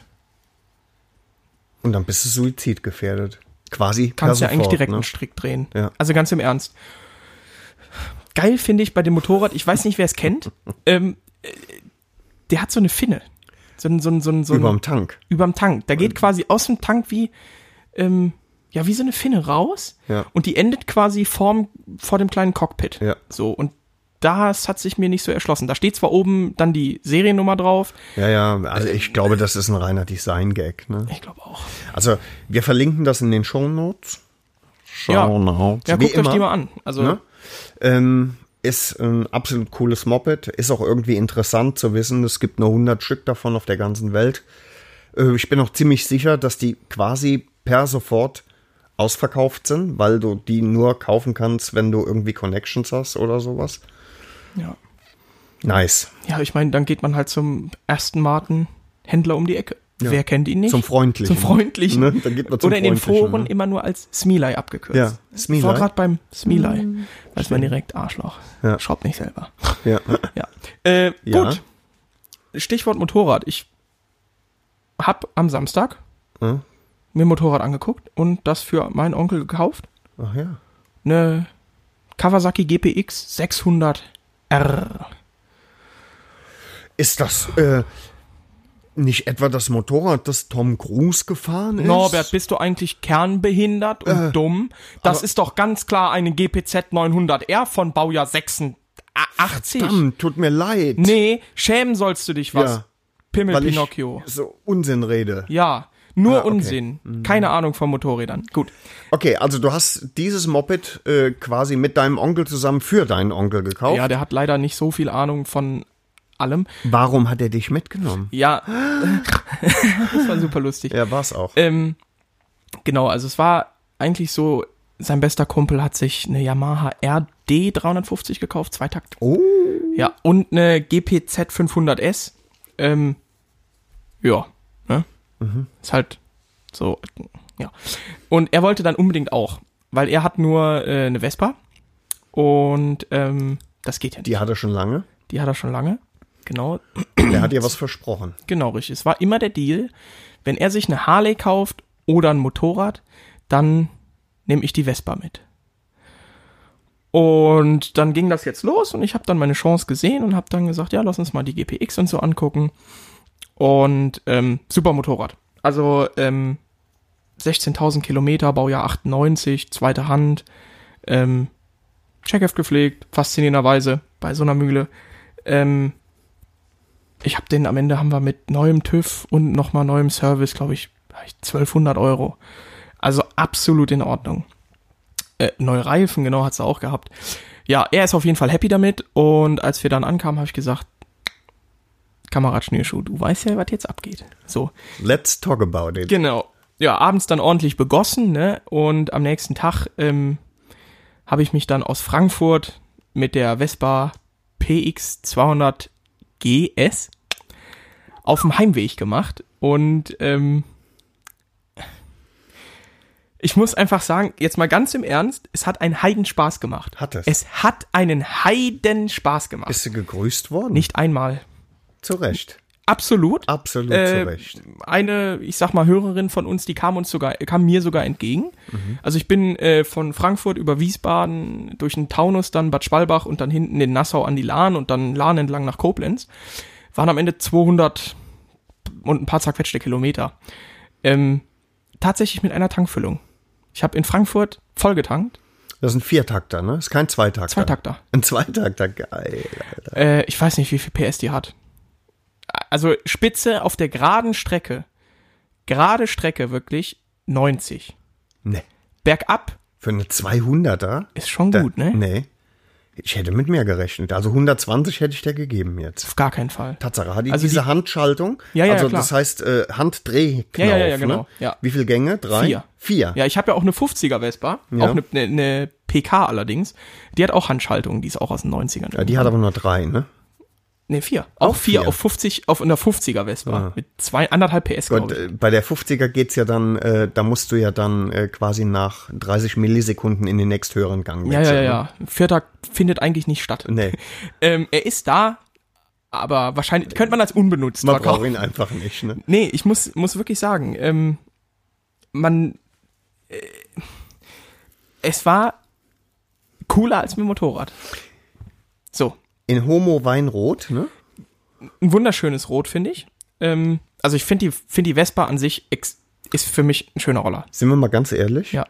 C: Und dann bist du suizidgefährdet. Quasi.
B: Kannst ja
C: per
B: eigentlich
C: sofort,
B: direkt
C: ne?
B: einen Strick drehen.
C: Ja.
B: Also ganz im Ernst. Geil finde ich bei dem Motorrad, ich weiß nicht, wer es kennt, ähm, äh, der hat so eine Finne. So ein, so ein, so ein, so ein
C: Überm Äh, Tank.
B: überm Tank. Da geht quasi aus dem Tank wie, ähm, ja, wie so eine Finne raus.
C: Ja.
B: Und die endet quasi vorm, vor dem kleinen Cockpit.
C: Ja.
B: So. Und das hat sich mir nicht so erschlossen. Da steht zwar oben dann die Seriennummer drauf.
C: Ja, ja, also ich glaube, das ist ein reiner Design-Gag. Ne?
B: Ich glaube auch.
C: Also wir verlinken das in den Shownotes.
B: Ja.
C: Shownotes.
B: Ja,
C: wie
B: guckt euch die mal an. Also,
C: Ne? Ähm, ist ein absolut cooles Moped. Ist auch irgendwie interessant zu wissen. Es gibt nur 100 Stück davon auf der ganzen Welt. Äh, ich bin auch ziemlich sicher, dass die quasi per sofort ausverkauft sind, weil du die nur kaufen kannst, wenn du irgendwie Connections hast oder sowas.
B: ja.
C: Nice.
B: Ja, ich meine, dann geht man halt zum ersten Martin Händler um die Ecke. Wer kennt ihn nicht?
C: Zum Freundlichen.
B: Zum Freundlichen.
C: Ne? Dann geht man zum
B: Oder in den
C: Freundlichen,
B: Foren
C: ne?
B: immer nur als Smiley abgekürzt.
C: Ja, Smiley.
B: Ich war gerade beim Smiley. Weiß man direkt, Arschloch.
C: Ja.
B: Schraubt nicht selber.
C: Ja.
B: Ja. Äh,
C: Ja.
B: Gut. Stichwort Motorrad. Ich hab am Samstag
C: Hm?
B: mir ein Motorrad angeguckt und das für meinen Onkel gekauft.
C: Ach ja.
B: Eine Kawasaki GPX 600R.
C: Ist das äh, nicht etwa das Motorrad, das Tom Cruise gefahren ist?
B: Norbert, bist du eigentlich kernbehindert und
C: Äh,
B: dumm? Das ist doch ganz klar eine GPZ 900R von Baujahr 86.
C: Verdammt, tut mir leid.
B: Nee, schämen sollst du dich was.
C: Ja.
B: Pimmel
C: weil
B: Pinocchio.
C: ich so Unsinn rede.
B: ja, nur
C: okay. Mhm.
B: Unsinn. Keine Ahnung von Motorrädern. Gut.
C: Okay, also du hast dieses Moped äh, quasi mit deinem Onkel zusammen für deinen Onkel gekauft.
B: Ja, der hat leider nicht so viel Ahnung von allem.
C: Warum hat er dich mitgenommen?
B: Ja, das war super lustig.
C: Ja, war's auch.
B: Ähm, genau, also es war eigentlich so, sein bester Kumpel hat sich eine Yamaha RD 350 gekauft, Zweitakt.
C: oh,
B: Ja, und eine GPZ 500S. Ähm, ja, ne? Ist halt so, ja. Und er wollte dann unbedingt auch, weil er hat nur äh, eine Vespa und ähm, das geht ja nicht.
C: die hat er schon lange.
B: Die hat er schon lange. Genau,
C: Der hat dir was versprochen.
B: genau richtig. Es war immer der Deal, wenn er sich eine Harley kauft oder ein Motorrad, dann nehme ich die Vespa mit. Und dann ging das jetzt los und ich habe dann meine Chance gesehen und habe dann gesagt, ja, lass uns mal die GPX und so angucken. Und ähm, super Motorrad. Also ähm, 16.000 Kilometer, Baujahr 98, zweite Hand, ähm, Checkheft gepflegt, faszinierenderweise bei so einer Mühle. Ähm, ich habe den am Ende haben wir mit neuem TÜV und nochmal neuem Service, glaube ich, hab ich 1200 Euro. Also absolut in Ordnung. Äh, neue Reifen, genau, hat sie auch gehabt. Ja, er ist auf jeden Fall happy damit und als wir dann ankamen, habe ich gesagt, Kamerad Schnürschuh, du weißt ja, was jetzt abgeht. So,
C: Let's talk about it.
B: Genau. Ja, abends dann ordentlich begossen, ne? Und am nächsten Tag ähm, habe ich mich dann aus Frankfurt mit der Vespa PX 200 GS auf dem Heimweg gemacht. Und ähm, ich muss einfach sagen, jetzt mal ganz im Ernst, es hat einen Heiden Spaß gemacht.
C: Hat es.
B: Es hat einen Heiden Spaß gemacht.
C: Bist du gegrüßt worden?
B: Nicht einmal.
C: Zu Recht.
B: Absolut
C: Absolut
B: äh,
C: zu Recht.
B: eine, ich sag mal, Hörerin von uns, die kam uns sogar, kam mir sogar entgegen.
C: Mhm.
B: Also ich bin äh, von Frankfurt über Wiesbaden durch den Taunus, dann Bad Schwalbach und dann hinten in Nassau an die Lahn und dann Lahn entlang nach Koblenz. Waren am Ende 200 und ein paar zerquetschte Kilometer. Ähm, tatsächlich mit einer Tankfüllung. Ich habe in Frankfurt vollgetankt,
C: Das ist ein Viertakter, ne? Ist kein Zweitakter.
B: Zweitakter.
C: Ein Zweitakter, geil.
B: Äh, ich weiß nicht, wie viel PS die hat. Also Spitze auf der geraden Strecke, gerade Strecke wirklich 90.
C: Nee.
B: Bergab
C: Für eine 200er?
B: ist schon
C: Da-
B: gut, ne?
C: Nee. Ich hätte mit mehr gerechnet. Also 120 hätte ich dir gegeben jetzt.
B: Auf gar keinen Fall.
C: Tatsache, hat die
B: Also die-
C: diese Handschaltung?
B: Ja, ja,
C: Also
B: ja, klar.
C: das heißt äh, Handdrehknauf,
B: Ja, ja, ja, ja,
C: ne?
B: genau, ja.
C: Wie viele Gänge? Drei?
B: Vier.
C: Vier.
B: Ja, ich habe ja auch eine 50er Vespa,
C: Ja.
B: auch eine, ne, eine, eine PK allerdings. Die hat auch Handschaltung, die ist auch aus den 90ern.
C: Ja, Ah, die hat aber nur drei, ne?
B: ne, vier. Auch vier
C: vier. Ah.
B: auf 50, auf einer 50er Vespa mit zwei anderthalb PS,
C: Und
B: glaube ich.
C: äh, bei der 50er geht's ja dann, äh, da musst du ja dann äh, quasi nach 30 Millisekunden in den nächsthöheren Gang
B: Ja, ja,
C: wechseln,
B: ja,
C: ne?
B: ja. Vierter findet eigentlich nicht statt.
C: Nee,
B: Ähm, er ist da, aber wahrscheinlich könnte man als unbenutzt
C: man
B: verkaufen.
C: braucht ihn einfach nicht, ne?
B: Nee, ich muss, muss wirklich sagen, ähm, man. Äh, es war cooler als mit dem Motorrad. So,
C: In Homo Weinrot, ne?
B: ein wunderschönes Rot, finde ich. Ähm, also, ich finde die, find die Vespa an sich ex ist für mich ein schöner Roller.
C: Sind wir mal ganz ehrlich?
B: Ja.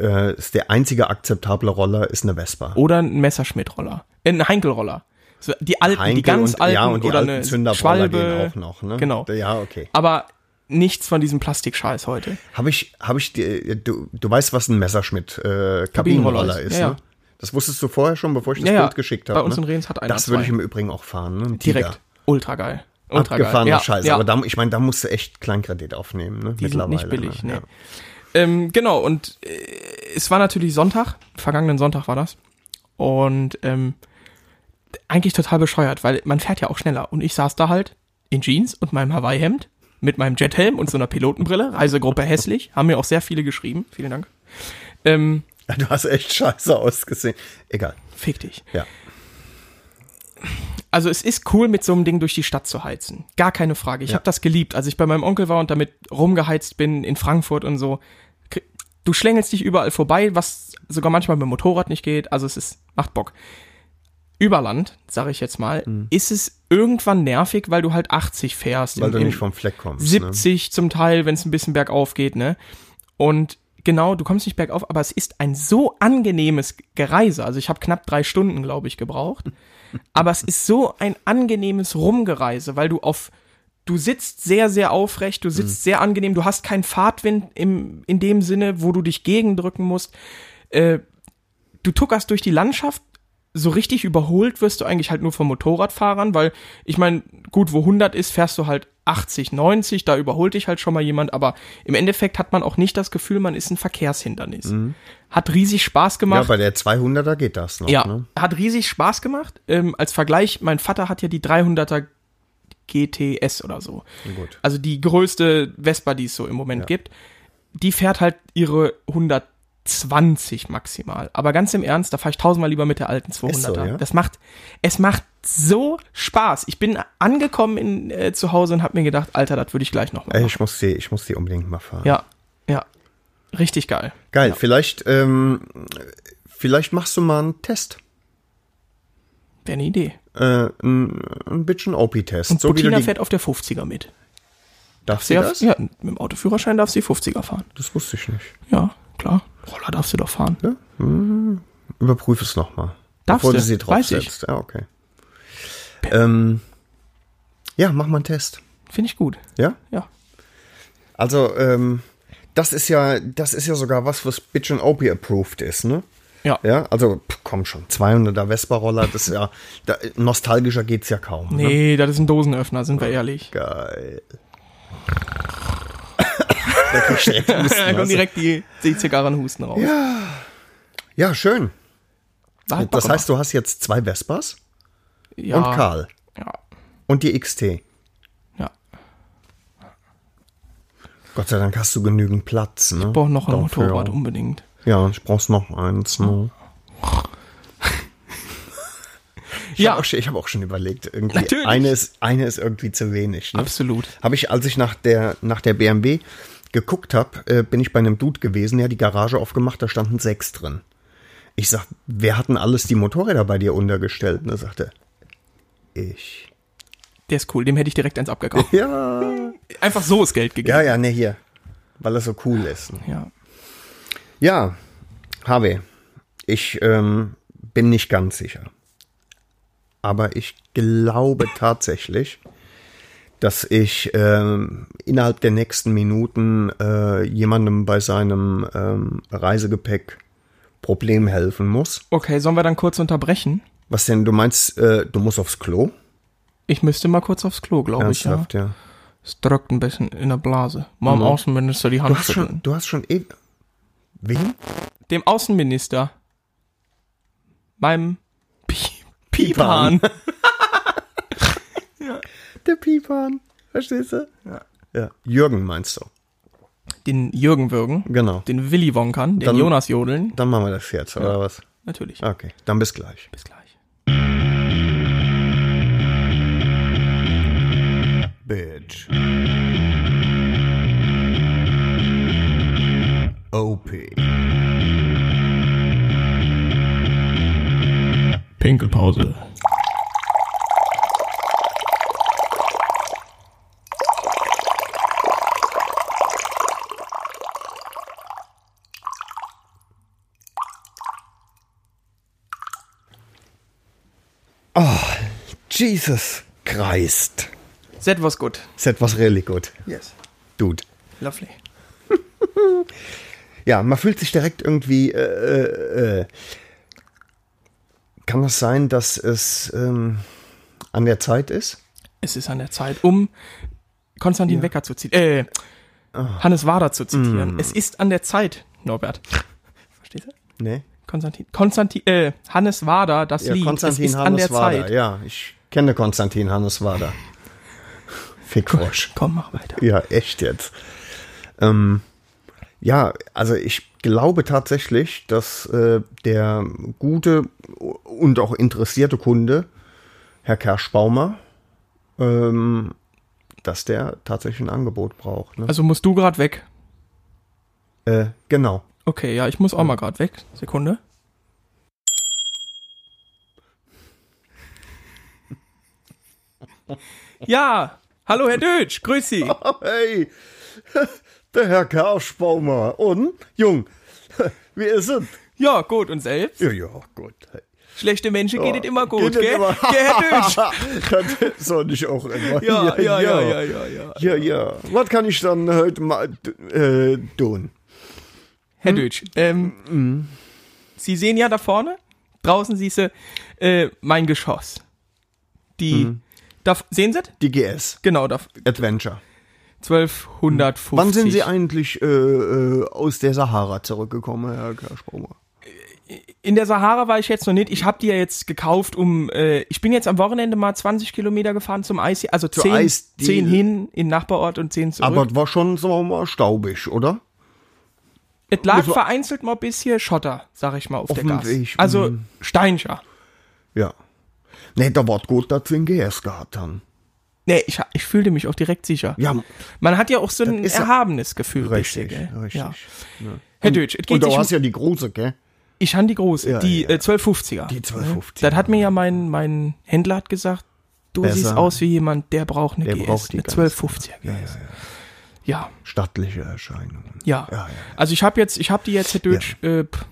C: Äh, ist der einzige akzeptable Roller ist eine Vespa.
B: Oh, Oder ein Messerschmitt-Roller. äh, ein Heinkelroller. So, die alten, die
C: Heinkel
B: ganz
C: und-
B: alten
C: ja, und die
B: oder
C: alten
B: eine
C: Zünderroller gehen
B: Schwalbe.
C: auch noch, ne?
B: Genau.
C: Ja, okay.
B: Aber nichts von diesem Plastikscheiß heute.
C: Habe ich, habe ich, dir- äh, du, du weißt, was ein Messerschmitt äh, Kabinenroller
B: ist,
C: ist,
B: ja,
C: ne?
B: ja.
C: Das wusstest du vorher schon, bevor ich das
B: Ja, ja.
C: Bild geschickt habe.
B: Bei uns
C: ne?
B: in Rehens hat einer
C: Das würde
B: zwei.
C: ich im Übrigen auch fahren, ne? Ein
B: Direkt.
C: Tiger.
B: Ultra geil. Ultra
C: Abgefahrener
B: geil. Ja,
C: Scheiß.
B: Ja,
C: Aber da, ich meine, da musst du echt Kleinkredit aufnehmen, ne?
B: die sind nicht billig. Nee.
C: ne? Ja.
B: Ähm, genau, und äh, es war natürlich Sonntag. Vergangenen Sonntag war das. Und ähm, eigentlich total bescheuert, weil man fährt ja auch schneller. Und ich saß da halt in Jeans und meinem Hawaii-Hemd mit meinem Jethelm und so einer Pilotenbrille. Reisegruppe hässlich. Haben mir auch sehr viele geschrieben. Vielen Dank. Ähm,
C: Ja, Du hast echt scheiße ausgesehen. Egal.
B: fick dich.
C: Ja.
B: also es ist cool, mit so einem Ding durch die Stadt zu heizen. Gar keine Frage. Ich hab habe das geliebt, als ich bei meinem Onkel war und damit rumgeheizt bin in Frankfurt und so. K- Du schlängelst dich überall vorbei, was sogar manchmal mit dem Motorrad nicht geht. Also es ist, macht Bock. Überland, sage ich jetzt mal, ist es irgendwann nervig, weil du halt 80 fährst.
C: Mhm. Weil
B: im-
C: du
B: im-
C: nicht vom Fleck kommst. Ne?
B: 70 zum Teil, wenn es ein bisschen bergauf geht, ne? Und genau, du kommst nicht bergauf, aber es ist ein so angenehmes Gereise. Also ich habe knapp drei Stunden, glaube ich, gebraucht. Aber es ist so ein angenehmes Rumgereise, weil du auf, du sitzt sehr, sehr aufrecht, du sitzt sehr angenehm, du hast keinen Fahrtwind im, in dem Sinne, wo du dich gegendrücken musst. Äh, du tuckerst durch die Landschaft, so richtig überholt wirst du eigentlich halt nur von Motorradfahrern, weil ich meine, gut, wo 100 ist, fährst du halt 80, 90, da überholt dich halt schon mal jemand, aber im Endeffekt hat man auch nicht das Gefühl, man ist ein Verkehrshindernis. Hat riesig Spaß
C: Ja,
B: gemacht.
C: bei der 200er geht das noch,
B: Ja,
C: ne?
B: hat riesig Spaß gemacht. Ähm, als Vergleich, mein Vater hat ja die 300er GTS oder so.
C: Gut.
B: Also die größte Vespa, die es so im Moment gibt. Die fährt halt ihre 120 maximal. Aber ganz im Ernst, da fahre ich tausendmal lieber mit der alten 200er.
C: so, ja?
B: Das macht, es macht so Spaß. Ich bin angekommen in, äh, zu Hause und habe mir gedacht, Alter, das würde ich gleich noch mal
C: Ey,
B: machen.
C: ich muss die, ich muss die unbedingt mal fahren.
B: Ja, ja. Richtig geil.
C: Geil, vielleicht, ähm, vielleicht machst du mal einen Test.
B: Wäre eine ne Idee.
C: Äh, ein, ein bisschen OP-Test.
B: Und Bettina
C: die-
B: fährt auf der 50er mit.
C: Darf sie
B: Sie
C: das?
B: darf, ja, mit dem Autoführerschein darf sie 50er fahren.
C: Das wusste ich nicht.
B: Ja, klar. Roller darfst du doch fahren. ne?
C: Überprüf es nochmal.
B: Darfst
C: Bevor
B: du?
C: du sie
B: Weiß ich.
C: draufsetzt. Ja, okay. Ähm, ja, mach mal einen Test.
B: Finde ich gut.
C: Ja?
B: Ja.
C: Also, ähm, das ist ja, das ist ja sogar was, was Bitch and OP approved ist, ne?
B: Ja.
C: Ja, also pff, komm schon, 200er Vespa-Roller, das ist ja, da, nostalgischer geht's ja kaum. Ne?
B: Nee, das ist ein Dosenöffner, sind wir ehrlich.
C: Geil. da krieg ich direkt ein bisschen
B: Da kommen
C: was.
B: direkt die, die Zigarrenhusten raus. also Ja,
C: Ja, schön.
B: da hat Bock
C: Das heißt, du hast jetzt zwei Vespas
B: gemacht. Ah, ja,
C: und Karl
B: Ja,
C: und die XT.
B: ja.
C: Gott sei Dank hast du genügend Platz. Ne? Ich
B: Brauch noch ein Motorrad um- unbedingt.
C: Ja, ich brauch's noch eins. Ne? Ich
B: Ja,
C: habe auch, schon- ich hab auch schon überlegt, irgendwie
B: Natürlich.
C: eine ist, eine ist irgendwie zu wenig. Ne?
B: absolut.
C: Habe ich, als ich nach der, nach der BMW geguckt habe, äh, bin ich bei einem Dude gewesen, der hat die Garage aufgemacht, da standen sechs drin. Ich sag, wer hat denn alles die Motorräder bei dir untergestellt? Und er sagte, ich.
B: Der ist cool, dem hätte ich direkt eins abgekauft.
C: Ja.
B: Einfach so ist Geld gegeben.
C: Ja, ja, ne, hier. Weil das so cool ist. ne?
B: Ja.
C: Ja, HW. Ich ähm, bin nicht ganz sicher. Aber ich glaube tatsächlich, dass ich ähm, innerhalb der nächsten Minuten äh, jemandem bei seinem ähm, Reisegepäck Problem helfen muss.
B: Okay, sollen wir dann kurz unterbrechen?
C: Was denn, du meinst, äh, du musst aufs Klo?
B: Ich müsste mal kurz aufs Klo, glaube ich. Ja.
C: Ernsthaft, ja.
B: Es drückt ein bisschen in der Blase. Mal dem Außenminister die
C: Du
B: Hand
C: hast schon,
B: schütteln.
C: du hast schon eben. Wen?
B: Dem Außenminister. Meinem Pi- Piephahn.
C: Der Piepan. Verstehst du? Ja. ja. Jürgen meinst du?
B: Den Jürgen Würgen.
C: Genau.
B: den Willy Wonkern, den
C: Dann-
B: Jonas Jodeln.
C: Dann machen wir das jetzt, oder was?
B: Natürlich.
C: Okay, dann bis gleich.
B: Bis gleich.
A: Bitch. OP.
B: Pinkelpause.
C: Jesus Christ.
B: That was good.
C: Ist etwas really good.
B: Yes.
C: Dude.
B: Lovely.
C: Ja, man fühlt sich direkt irgendwie. Äh, äh, äh. Kann es sein, dass es ähm, an der Zeit ist?
B: Es ist an der Zeit, um Konstantin Wecker zu zitieren. Äh,
C: Ah.
B: Hannes Wader zu
C: Mm.
B: zitieren. Es ist an der Zeit, Norbert. Verstehst du?
C: Nee.
B: Konstantin, Konstantin, äh, Hannes Wader, das
C: Ja,
B: Lied. es
C: Konstantin
B: ist an
C: Hannes
B: der
C: Wader.
B: Zeit.
C: Ja, ich kenne Konstantin Hannes Wader. Fickfrosch.
B: Komm, mach weiter.
C: Ja, echt jetzt. Ähm, ja, also ich glaube tatsächlich, dass äh, der gute und auch interessierte Kunde, Herr Kerschbaumer, ähm, dass der tatsächlich ein Angebot braucht. Ne?
B: Also musst du gerade weg.
C: äh, genau.
B: Okay, ja, ich muss auch mal gerade weg. Sekunde. Ja, hallo Herr Dötsch, grüß Sie.
C: Hey, der Herr Kerschbaumer. Und, Jung, wie ist es?
B: Ja, gut, und selbst?
C: Ja, ja, gut.
B: Schlechte Menschen geht es immer gut,
C: Geht es
B: gell?
C: immer-
B: Gell, Herr Dötsch?
C: das soll ich auch immer.
B: Ja, ja, ja, ja, ja, ja.
C: Ja, ja. Was kann ich dann heute mal äh, tun?
B: Herr
C: Hm?
B: Dötsch, ähm, Sie sehen ja da vorne, draußen siehste äh, mein Geschoss. Die,
C: Hm.
B: da, f- sehen Sie? das?
C: Die GS
B: Genau, da f-
C: Adventure.
B: 1250.
C: Wann sind Sie eigentlich äh, äh, aus der Sahara zurückgekommen, Herr Kerschbaumer?
B: In der Sahara war ich jetzt noch nicht. Ich habe die ja jetzt gekauft, um. Äh, ich bin jetzt am Wochenende mal 20 Kilometer gefahren zum Eis, also
C: Zur
B: 10,
C: Eisdiele.
B: 10 hin in Nachbarort und 10 zurück.
C: Aber es Ah, war schon, sagen wir mal, staubig, oder?
B: es lag
C: das war-
B: vereinzelt mal bis hier Schotter, sag ich mal, auf, der
C: dem
B: Gas.
C: Weg,
B: Also Steinscher.
C: Ja. Nee, da war es gut, dass Sie ein GS gehabt haben.
B: Nee, ich, ich fühlte mich auch direkt sicher.
C: Ja,
B: Man hat ja auch so ein
C: ist ja-
B: erhabenes Gefühl.
C: richtig,
B: bisschen, gell?
C: richtig.
B: Ja. Herr Dötsch, es
C: Und
B: geht
C: du
B: nicht
C: hast
B: um,
C: ja die große, gell?
B: ich han die große,
C: Ja,
B: die
C: ja.
B: Äh, 1250er.
C: Die 1250er.
B: Das hat mir ja mein, mein Händler hat gesagt, du
C: Besser.
B: siehst aus wie jemand, der braucht eine
C: Der
B: GS,
C: braucht die
B: eine
C: ganz.
B: 1250er GS. Ja,
C: Stattliche Erscheinungen.
B: ja.
C: Ja, ja, ja.
B: Also ich habe jetzt, ich habe die jetzt, Herr Dötsch, ja. Äh, pff,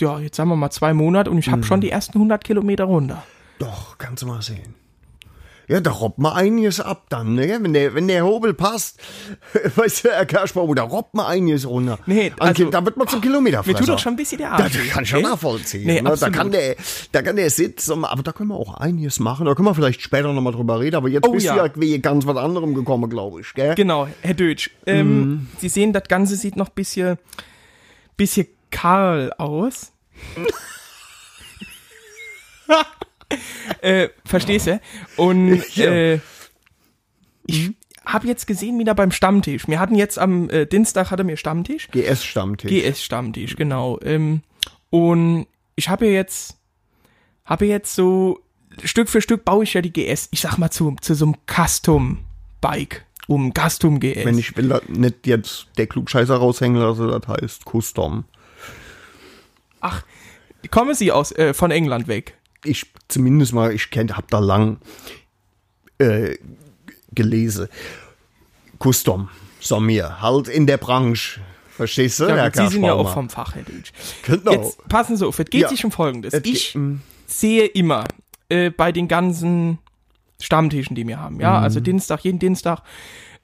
B: ja, jetzt sagen wir mal zwei Monate und ich habe schon die ersten 100 Kilometer runter.
C: Doch, kannst du mal sehen. Ja, da robbt man einiges ab dann, ne? Wenn der, wenn der Hobel passt, weißt du, Herr Kerschbauer, da robbt man einiges runter.
B: Nee,
C: An
B: also-
C: Ki- da wird man zum Kilometerfresser.
B: Mir tut doch schon ein bisschen der Arsch
C: Das
B: weh,
C: kann ich schon
B: gell?
C: nachvollziehen.
B: Nee,
C: ne? Da
B: absolut.
C: kann der, da kann der sitzen, aber da können wir auch einiges machen. Da können wir vielleicht später nochmal drüber reden, aber jetzt
B: Oh,
C: bist
B: ja.
C: du ja wegen ganz was anderem gekommen, glaube ich, gell?
B: Genau, Herr Dötsch. Ähm, Sie sehen, das Ganze sieht noch ein bisschen, bisschen kahl aus. äh, verstehst du? Und
C: Ja.
B: äh, ich habe jetzt gesehen, wieder beim Stammtisch. Wir hatten jetzt am äh, Dienstag hatte mir Stammtisch.
C: GS-Stammtisch.
B: GS-Stammtisch,
C: Mhm.
B: genau. Ähm, und ich habe ja jetzt, habe ja jetzt so, Stück für Stück baue ich ja die GS, ich sag mal, zu, zu so einem Custom-Bike, um Custom-GS.
C: wenn ich will, da nicht jetzt der Klugscheißer raushängen lasse, das heißt Custom.
B: Ach, kommen sie aus, äh, von England weg.
C: ich zumindest mal, ich kennt, hab da lang äh, gelesen. Custom, so mir, halt in der Branche. Verstehst du?
B: Ja,
C: Herr
B: gut, sie sind ja
C: Kerschbaumer?
B: auch vom Fach, Herr Deutsch.
C: Genau.
B: Jetzt passen Sie auf, es geht
C: Ja.
B: sich um Folgendes.
C: Es geht-
B: ich sehe immer äh, bei den ganzen Stammtischen, die wir haben,
C: Mhm.
B: ja, also Dienstag, jeden Dienstag,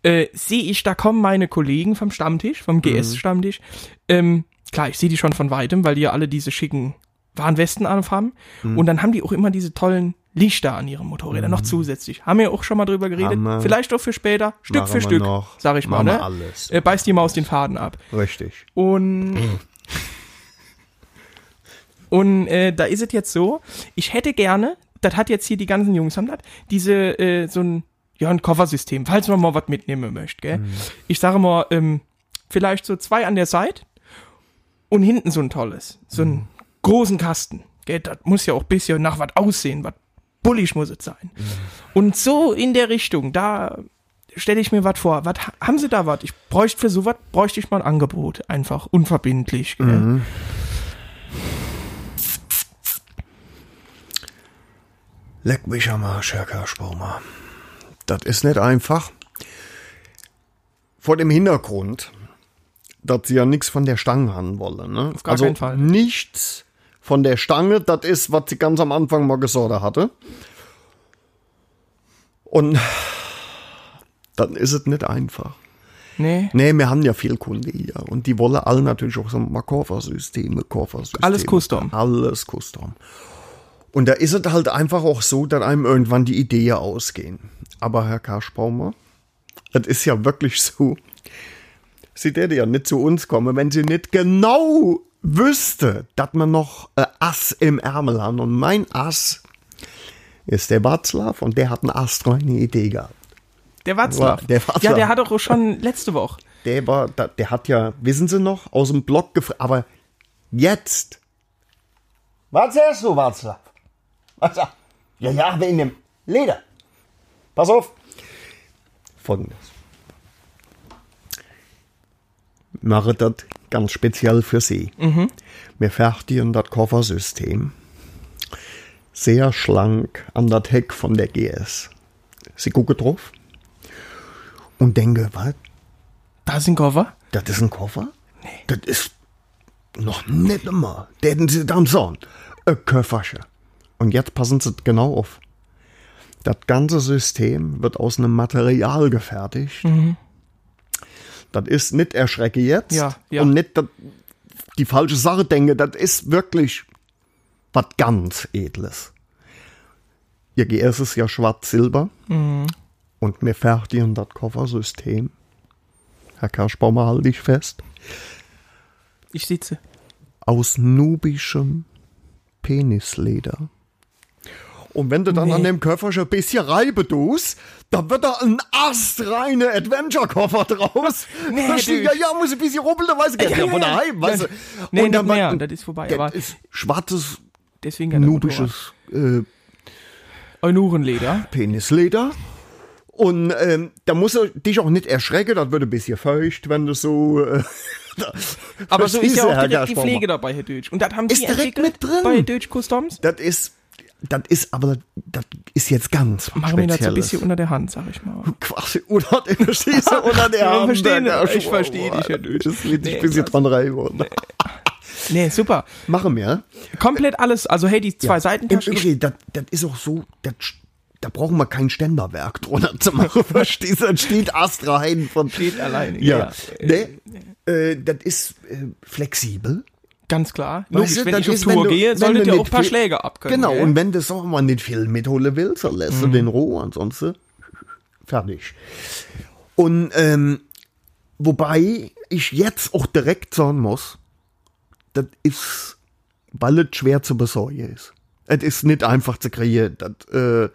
B: äh, sehe ich, da kommen meine Kollegen vom Stammtisch,
C: Mhm.
B: vom GS-Stammtisch. Ähm, klar, ich sehe die schon von weitem, weil die ja alle diese schicken Warnwesten anhaben.
C: Mhm.
B: Und dann haben die auch immer diese tollen Lichter an ihren Motorrädern noch zusätzlich. Haben wir auch schon mal drüber geredet.
C: Haben wir.
B: Vielleicht auch für später, Stück
C: Machen
B: für
C: wir
B: Stück,
C: noch.
B: sag ich mal.
C: Machen wir
B: Ne?
C: alles.
B: Äh, beißt die Maus den Faden ab.
C: Richtig.
B: Und, und äh, da ist es jetzt so, ich hätte gerne, das hat jetzt hier die ganzen Jungs haben das, diese, äh, so ein, ja, ein Koffersystem, falls man mal was mitnehmen möchte, gell. Ich sage mal, ähm, vielleicht so zwei an der Seite und hinten so ein tolles, so einen großen Kasten, gell, das muss ja auch ein bisschen nach was aussehen, was bullig muss es sein. Und so in der Richtung, da stelle ich mir was vor. Was ha- haben Sie da was? Ich bräuchte für sowas bräuchte ich mal ein Angebot, einfach unverbindlich. Gell?
C: Mhm. Leck mich am Arsch, Herr Kerschbaumer. Das ist nicht einfach. Vor dem Hintergrund, dass sie ja nichts von der Stange haben wollen. Ne? Auf
B: gar keinen Fall.
C: Nichts von der Stange, das ist, was sie ganz am Anfang mal gesagt hatte. Und dann ist es nicht einfach.
B: Nee.
C: Nee, wir haben ja viel Kunde hier. Und die wollen alle natürlich auch so mal Koffersysteme, Koffersysteme.
B: Alles custom.
C: Alles custom. Und da ist es halt einfach auch so, dass einem irgendwann die Ideen ausgehen. Aber Herr Karschbaumer, das ist ja wirklich so. Sie täte ja nicht zu uns kommen, wenn sie nicht genau wüsste, dass man noch ein Ass im Ärmel haben. Und mein Ass ist der Václav und der hat eine astreine Idee gehabt.
B: Der Watzlaw.
C: Wa- der Watzlaw.
B: Ja, der hat doch schon letzte Woche.
C: Der war, da- der hat ja, wissen Sie noch, aus dem Block gefragt, aber jetzt. Was hast du, Václav? Was? Ja, ja, wegen dem Leder. Pass auf. Folgendes. Mache das ganz speziell für Sie. Wir fertigen das Koffersystem sehr schlank an das Heck von der GS. Sie gucken drauf und denke, was?
B: Da ist ein Koffer.
C: Das ist ein Koffer? Nee. Das ist noch nicht immer. Der hätten sie dann sagen. Ein Köffersche. Und jetzt passen sie genau auf. Das ganze System wird aus einem Material gefertigt. Das ist nicht erschrecke jetzt
B: Mhm. Ja, ja.
C: und nicht dass die falsche Sache denke. Das ist wirklich was ganz Edles. Ihr GS ist ja schwarz-silber
B: Mhm.
C: und wir fertigen das Koffersystem. Herr Kerschbaumer, halte ich fest
B: Ich sitze.
C: aus nubischem Penisleder. Und wenn du dann an dem Koffer schon ein bisschen Reibe tust, dann wird da ein astreine Adventure-Koffer draus.
B: Nee,
C: da steht,
B: du-
C: ja, ja, muss ein bisschen rubbeln, da weiß ich ja, ja, von daheim, weißt du.
B: Nee,
C: Und dann
B: nicht mehr,
C: war-
B: das ist vorbei,
C: Das
B: aber-
C: ist schwarzes,
B: Deswegen ja der Motorrad.
C: nubisches äh,
B: Eunuchenleder.
C: Penisleder. Und ähm, da musst du dich auch nicht erschrecken, das wird ein bisschen feucht, wenn du so... Äh,
B: Aber so ist
C: Verstehst
B: ja
C: du,
B: auch
C: Herr
B: direkt die
C: Gerstbaumer?
B: Pflege dabei, Herr Deutsch. Und das haben
C: Ist
B: Sie
C: direkt
B: entwickelt
C: mit drin.
B: bei Deutsch Customs.
C: Das ist, das ist aber, das ist jetzt ganz was
B: Machen wir das so ein
C: Spezielles.
B: bisschen unter der Hand, sag ich mal.
C: quasi unter der Schieße unter der
B: Ja,
C: Hand.
B: verstehe,
C: Ja,
B: ich
C: schau
B: verstehe
C: mal.
B: dich, Herr Dötsch.
C: Das liegt
B: Nee,
C: ein bisschen
B: krass.
C: dran rein worden.
B: Nee, super.
C: Machen wir.
B: Komplett alles. Also, hey, die zwei
C: Im
B: Seitentaschen. Ich,
C: Übrigen, das, das ist auch so, das, sch- da brauchen wir kein Ständerwerk drunter zu machen. Verstehst du? Das steht Astra Hein von.
B: Steht alleine,
C: Ja.
B: ja.
C: Nee, äh, das ist äh, flexibel.
B: ganz klar.
C: Weißt
B: Logisch,
C: du,
B: wenn
C: das
B: ich auf
C: ist,
B: Tour
C: wenn du-
B: gehe,
C: wenn
B: solltet
C: du
B: ihr auch
C: nicht
B: ein paar
C: viel-
B: Schläge abkönnen.
C: Genau,
B: gell? Mhm.
C: und wenn du sagen wir mal nicht viel mitholen willst, dann lässt du den roh, ansonsten fertig. Und ähm, wobei ich jetzt auch direkt sagen muss, das ist, weil es schwer zu besorgen ist. Es ist nicht einfach zu kreieren. Das, äh,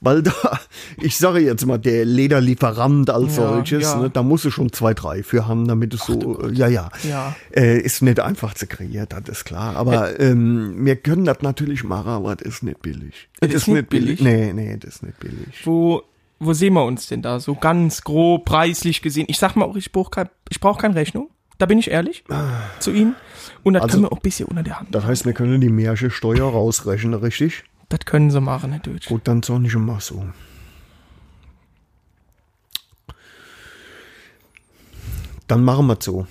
C: weil da, ich sage jetzt mal, der Lederlieferant als
B: Ja,
C: solches,
B: ja.
C: Ne, da musst du schon zwei, drei für haben, damit es so, äh, ja, ja,
B: Ja. Äh,
C: Äh, ist nicht einfach zu kreieren, das ist klar. Aber ähm, wir können das natürlich machen, aber das ist nicht billig.
B: Das ist nicht
C: Nee, nee, das ist nicht billig.
B: wo, wo sehen wir uns denn da? So ganz grob, preislich gesehen. Ich sag mal auch, ich brauche kein, ich brauch keine Rechnung. Da bin ich ehrlich zu Ihnen. Und das
C: Ah. Also-
B: können wir auch ein bisschen unter der Hand.
C: Das heißt, wir können die Märchensteuer rausrechnen, richtig?
B: Das können Sie machen, Herr Deutsch.
C: Gut, dann soll ich immer so. Dann machen wir so.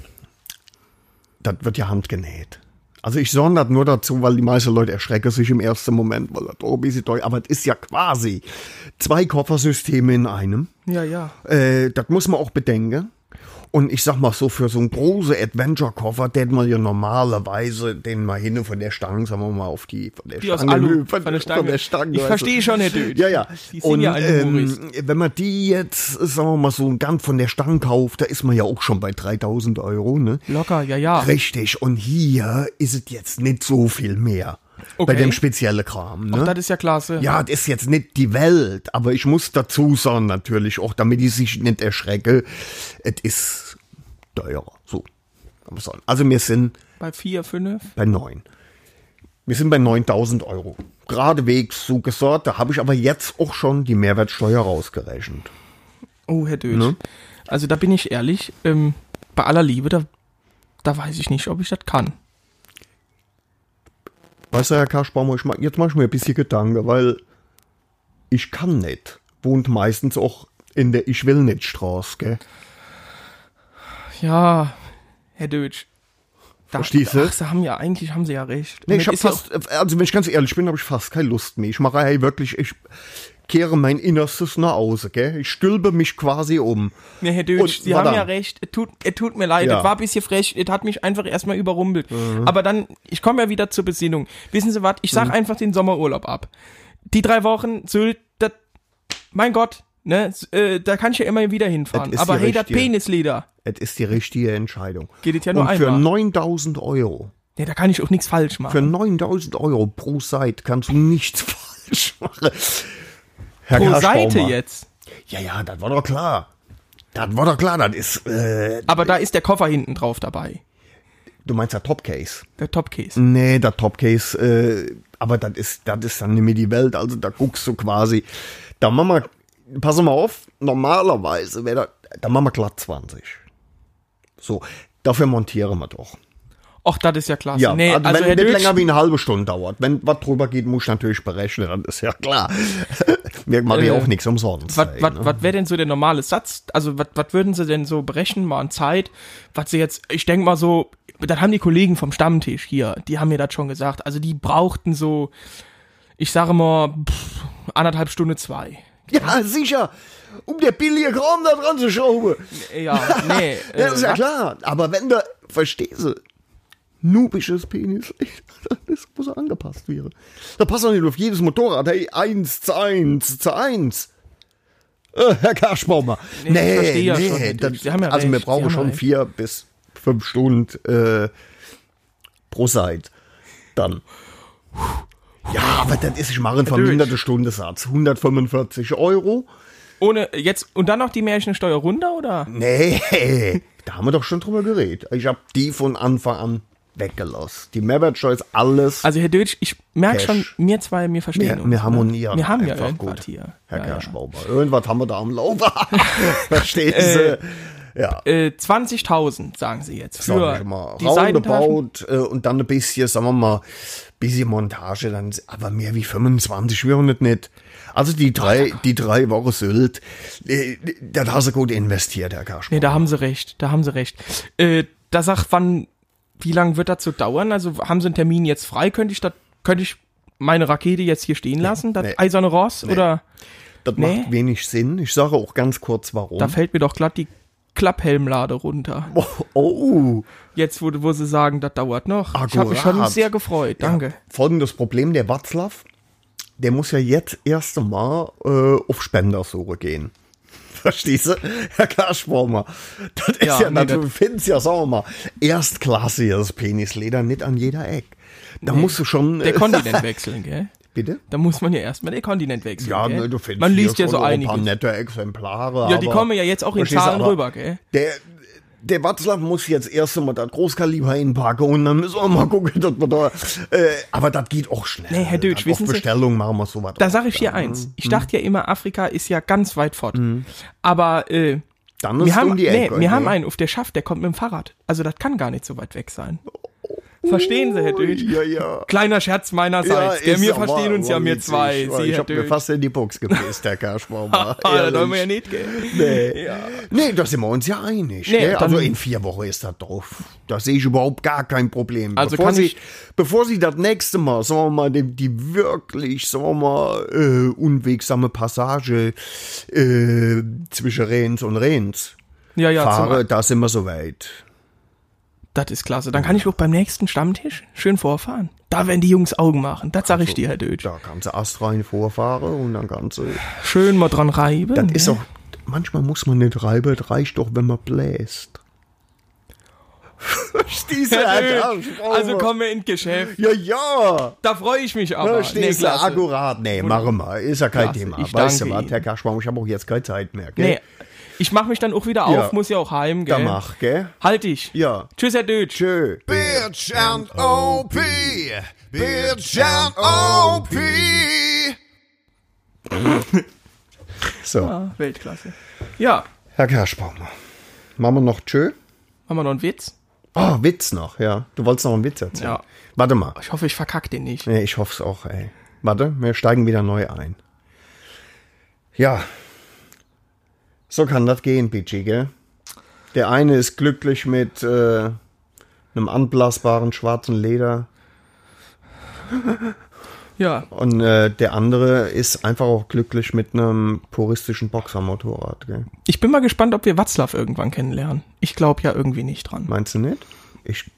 C: Das wird ja handgenäht. Also ich sage das nur dazu, weil die meisten Leute erschrecken sich im ersten Moment, weil das oh, ein bisschen teuer, aber es ist ja quasi zwei Koffersysteme in einem.
B: Ja, ja.
C: Äh, das muss man auch bedenken. Und ich sag mal so, für so einen großen Adventure-Koffer, den man ja normalerweise, den mal hin von der Stange, sagen wir mal, auf die, von der
B: Die aus
C: Stange,
B: Alu,
C: von,
B: von der Stange.
C: von der Stange.
B: Ich
C: weißt
B: verstehe
C: du.
B: schon, Herr Dötsch.
C: Ja, ja.
B: Sie sind
C: Und
B: ja ein Humorist.
C: ähm, wenn man die jetzt, sagen wir mal, so ganz von der Stange kauft, da ist man ja auch schon bei 3000 Euro, ne?
B: Locker, ja, ja.
C: Richtig. Und hier ist es jetzt nicht so viel mehr.
B: Okay.
C: Bei dem speziellen Kram, ne?
B: Das ist ja klasse.
C: Ja, das ist jetzt nicht die Welt, aber ich muss dazu sagen, natürlich auch, damit ich sich nicht erschrecke, es ist teurer. So. kann man sagen. Also wir sind
B: Bei vier, fünf.
C: bei 9. Wir sind bei 9000 Euro. Geradewegs so gesagt, da habe ich aber jetzt auch schon die Mehrwertsteuer rausgerechnet.
B: Oh, Herr Dötsch.
C: Ne?
B: Also da bin ich ehrlich, ähm, bei aller Liebe, da, da weiß ich nicht, ob ich das kann.
C: Weißt du, Herr Kaschbaumer, ich mach, jetzt mach ich mir ein bisschen Gedanken, weil ich kann nicht. Wohnt meistens auch in der Ich will nicht Straße, gell?
B: Ja, Herr Dötsch. Da,
C: Verstehst du?
B: Ach, sie haben ja, eigentlich haben sie ja recht.
C: Nee,
B: Und
C: ich
B: das
C: hab
B: ist ja
C: fast, also wenn ich ganz ehrlich bin, habe ich fast keine Lust mehr. Ich mache hey wirklich, ich, kehre mein Innerstes nach Hause, gell? Ich stülpe mich quasi um.
B: Nee, Herr
C: Und
B: Dötsch, Sie
C: war
B: haben ja
C: dann.
B: recht. Es tut, es tut mir leid.
C: Ja. Mhm.
B: Es war ein bisschen frech. Es hat mich einfach erstmal überrumpelt. Aber dann, ich komme ja wieder zur Besinnung. Wissen Sie was? Ich sag einfach den Sommerurlaub ab. Die drei Wochen, Sylt, das, mein Gott, ne, s- äh, da kann ich ja immer wieder hinfahren.
C: Das ist
B: Aber
C: die
B: hey, das
C: richtige.
B: Penisleder,
C: Es ist die richtige Entscheidung.
B: Geht es ja nur
C: Und für
B: einmal.
C: 9000 Euro,
B: ja, da kann ich auch nichts falsch machen.
C: für 9000 Euro pro Seite kannst du nichts falsch machen. Herr
B: Pro
C: Gerstbaumer.
B: Seite jetzt.
C: Ja, ja, das war doch klar. Das war doch klar, das ist, äh,
B: Aber da ist der Koffer hinten drauf dabei.
C: du meinst ja Topcase.
B: Der Topcase.
C: Nee, der Topcase, äh, aber das ist, das ist dann nicht mehr die Welt. Also da guckst du quasi. Da machen wir, pass mal auf, normalerweise wäre da, da machen wir glatt 20. So, dafür montieren wir doch.
B: Och, das ist ja klasse.
C: Ja,
B: nee,
C: also,
B: also Herr
C: wenn nicht
B: Dötsch,
C: länger wie eine halbe Stunde dauert. Wenn was drüber geht, muss ich natürlich berechnen, dann ist ja klar. Wir machen ja
B: Äh,
C: auch nichts umsonst.
B: Was,
C: ey,
B: was,
C: ne?
B: was wäre denn so der normale Satz? Also, was, was würden sie denn so berechnen, mal an Zeit? Was sie jetzt, ich denke mal so, das haben die Kollegen vom Stammtisch hier, die haben mir das schon gesagt. Also, die brauchten so, ich sage mal, pff, anderthalb Stunde, zwei.
C: Ja, sicher. Um der billige Kram da dran zu schrauben.
B: Äh, Ja, nee.
C: das ist ja
B: äh,
C: klar. Aber wenn da, verstehst du, nubisches Penis, das muss angepasst wäre. Da passt doch nicht auf jedes Motorrad. Hey, eins zu eins zu eins. Äh, Herr Kerschbaumer.
B: Nee, ich verstehe ja schon, Herr
C: das,
B: Dietrich. Sie haben ja
C: also wir
B: recht, Sie
C: brauchen
B: haben
C: schon
B: recht.
C: vier bis fünf Stunden äh, pro Seite. Dann. Ja, aber das ist, ich mache einen verminderten Stundensatz. 145 Euro.
B: ohne, jetzt, und dann noch die Märchensteuer runter, oder?
C: Nee, da haben wir doch schon drüber geredet. Ich habe die von Anfang an weggelassen. Die Mehrwertsteuer ist alles.
B: Also, Herr Dötsch, ich merke
C: Cash.
B: schon, wir zwei, wir verstehen
C: wir,
B: uns. ne?
C: wir harmonieren.
B: Wir haben ja
C: einfach
B: irgendwas
C: gut.
B: hier.
C: Herr
B: Ja, ja.
C: Kerschbaumer, irgendwas haben wir da am Lauf. Verstehen Sie? ja.
B: Äh, 20.000, sagen sie jetzt.
C: Sag
B: Für
C: ich mal,
B: die Seitentaschen.
C: roundabout äh, und dann ein bisschen, sagen wir mal, bisschen Montage, dann, ist- aber mehr wie 25 wären das nicht. Also die drei, die drei Wochen Sylt, äh, das hast du gut investiert, Herr Kerschbaumer.
B: Nee, da haben sie recht, da haben sie recht. Äh, da sagt wann, wie lange wird das so dauern? Also haben sie einen Termin jetzt frei? Könnte ich das, könnte ich meine Rakete jetzt hier stehen lassen? Das
C: nee.
B: eiserne Ross? Oder
C: Das
B: Nee.
C: macht wenig Sinn. Ich sage auch ganz kurz, warum.
B: da fällt mir doch glatt die Klapphelmlade runter.
C: Oh, oh.
B: Jetzt, wo, wo sie sagen, das dauert noch. Ich habe mich schon
C: Akkurat.
B: sehr gefreut, danke.
C: folgendes Problem, der Watzlaw, der muss ja jetzt erst einmal äh, auf Spendersuche gehen. Verstehst du? Herr Karschbaumer. Das ist ja,
B: Ja, nee,
C: natürlich,
B: das-
C: ich find's ja, sagen wir mal, erstklassiges Penisleder, nicht an jeder Eck. Da musst du schon.
B: Der
C: äh,
B: Kontinent wechseln, gell?
C: Bitte?
B: Da muss man ja erstmal den Kontinent wechseln.
C: Ja,
B: gell?
C: ne, du findest
B: Man liest
C: hier
B: ja so
C: schon auch ein paar
B: einiges.
C: nette Exemplare.
B: Ja, die
C: aber-
B: kommen ja jetzt auch in
C: Verstehst du,
B: Zahlen
C: aber
B: rüber, gell?
C: Der, der Watzlaw muss jetzt erst einmal das Großkaliber hinpacken und dann müssen wir mal gucken, dass wir da. Äh, aber das geht auch schnell.
B: Nee, Herr Dötsch,
C: Das
B: wissen
C: Auf
B: Sie-
C: Bestellung machen wir sowas.
B: Da
C: auch.
B: sage ich dir eins.
C: Mhm.
B: Ich dachte ja immer, Afrika ist ja ganz weit fort. Aber äh,
C: Dann ist
B: wir
C: es
B: haben,
C: um die Ecke.
B: nee, wir haben einen auf der Schaft, der kommt mit dem Fahrrad. Also das kann gar nicht so weit weg sein. Verstehen Sie, Herr Dötsch?
C: Oh, Ja, ja.
B: Kleiner Scherz meinerseits. Ja,
C: ist
B: wir
C: aber-
B: verstehen uns
C: aber
B: ja, wir
C: witzig.
B: zwei. Sie,
C: ich
B: Herr
C: hab mir
B: Dötsch.
C: fast in die Box gepisst, Herr Kerschbaumer.
B: Ah, das wollen wir ja
C: Ehrlich.
B: nicht, gell?
C: Nee. nee, da sind wir uns ja einig.
B: Nee,
C: gell?
B: dann-
C: also in vier Wochen ist das drauf. Da sehe ich überhaupt gar kein Problem.
B: Also
C: bevor,
B: kann
C: sie,
B: ich-
C: bevor sie das nächste Mal, sagen wir mal, die, die wirklich, sagen wir mal, äh, unwegsame Passage äh, zwischen Rens und Rens
B: Ja, ja,
C: fahre,
B: zum,
C: da sind wir soweit.
B: das ist klasse. Dann kann ich auch beim nächsten Stammtisch schön vorfahren. Da werden die Jungs Augen machen. Das sage ich halt dir, Herr Dötsch.
C: Also, Da kannst du Ast rein vorfahren und dann kannst du.
B: Schön mal dran reiben.
C: Das ist
B: ne?
C: auch, manchmal muss man nicht reiben, das reicht doch, wenn man bläst. halt Verstehst du?
B: Herr
C: Alter?
B: Dötsch, Also kommen wir ins Geschäft.
C: Ja, ja.
B: Da freue ich mich aber.
C: Verstehst du?
B: klasse.
C: Akkurat. Nee, machen wir. Ist ja kein
B: Klasse,
C: Thema.
B: ich
C: weißt du
B: danke
C: was,
B: Ihnen.
C: Herr Kaschbaum, ich habe auch jetzt keine Zeit mehr, gell?
B: Nee, ich mach mich dann auch wieder auf,
C: Ja.
B: muss ja auch heim, gell?
C: Da mach, gell?
B: Halt dich.
C: Ja.
B: Tschüss, Herr Dötsch.
C: Tschö.
A: Bitch and OP. Bitch and OP.
C: So,
B: Ah, Weltklasse. Ja,
C: Herr Kaschbaum, machen wir noch Tschö?
B: haben wir noch einen Witz?
C: Oh, Witz noch, ja. Du wolltest noch einen Witz erzählen.
B: Ja.
C: Warte mal.
B: Ich hoffe, ich verkack den nicht.
C: Nee, ich hoffe es auch, ey. Warte, wir steigen wieder neu ein. Ja. So kann das gehen, Pichi, gell? Der eine ist glücklich mit äh, einem anblasbaren schwarzen Leder.
B: Ja.
C: Und äh, der andere ist einfach auch glücklich mit einem puristischen Boxermotorrad. Gell?
B: Ich bin mal gespannt, ob wir Watzlaw irgendwann kennenlernen. Ich glaube ja irgendwie nicht dran.
C: Meinst du nicht? Ich,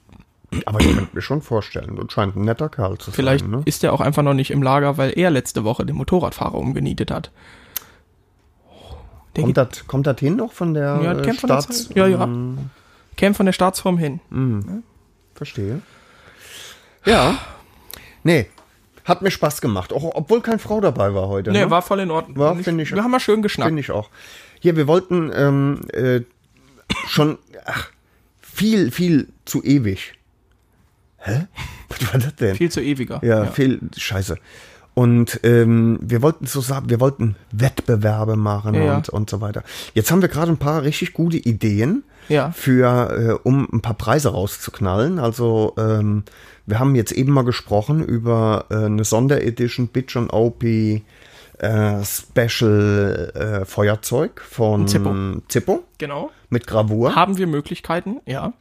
C: aber ich könnte mir schon vorstellen. Und scheint ein netter Kerl zu
B: Vielleicht
C: sein. Ne?
B: ist er auch einfach noch nicht im Lager, weil er letzte Woche den Motorradfahrer umgenietet hat. Der
C: Kommt
B: geht,
C: das, kommt das hin noch von der
B: Ja,
C: äh,
B: kennt man das
C: Staats-
B: halt? Ja, ja.
C: Mm,
B: käme von der Staatsform hin.
C: Hm. verstehe. Ja. Nee. Hat mir Spaß gemacht. Auch, obwohl keine Frau dabei war heute.
B: Nee,
C: ne?
B: war voll in Ordnung.
C: War, finde ich-
B: Wir haben mal schön geschnackt.
C: Finde ich auch. Hier, wir wollten ähm, äh, schon ach, viel, viel zu ewig. Hä? Was war das denn?
B: Viel zu ewiger.
C: ja, viel Scheiße. Und ähm, wir wollten so sagen, wir wollten Wettbewerbe machen
B: Ja, ja.
C: und, und so weiter. Jetzt haben wir gerade ein paar richtig gute Ideen
B: Ja.
C: für, äh, um ein paar Preise rauszuknallen. Also ähm, wir haben jetzt eben mal gesprochen über äh, eine Sonderedition Bitch und OP äh, Special äh, Feuerzeug von
B: Zippo.
C: Zippo
B: Genau.
C: mit Gravur.
B: Haben wir Möglichkeiten? Ja.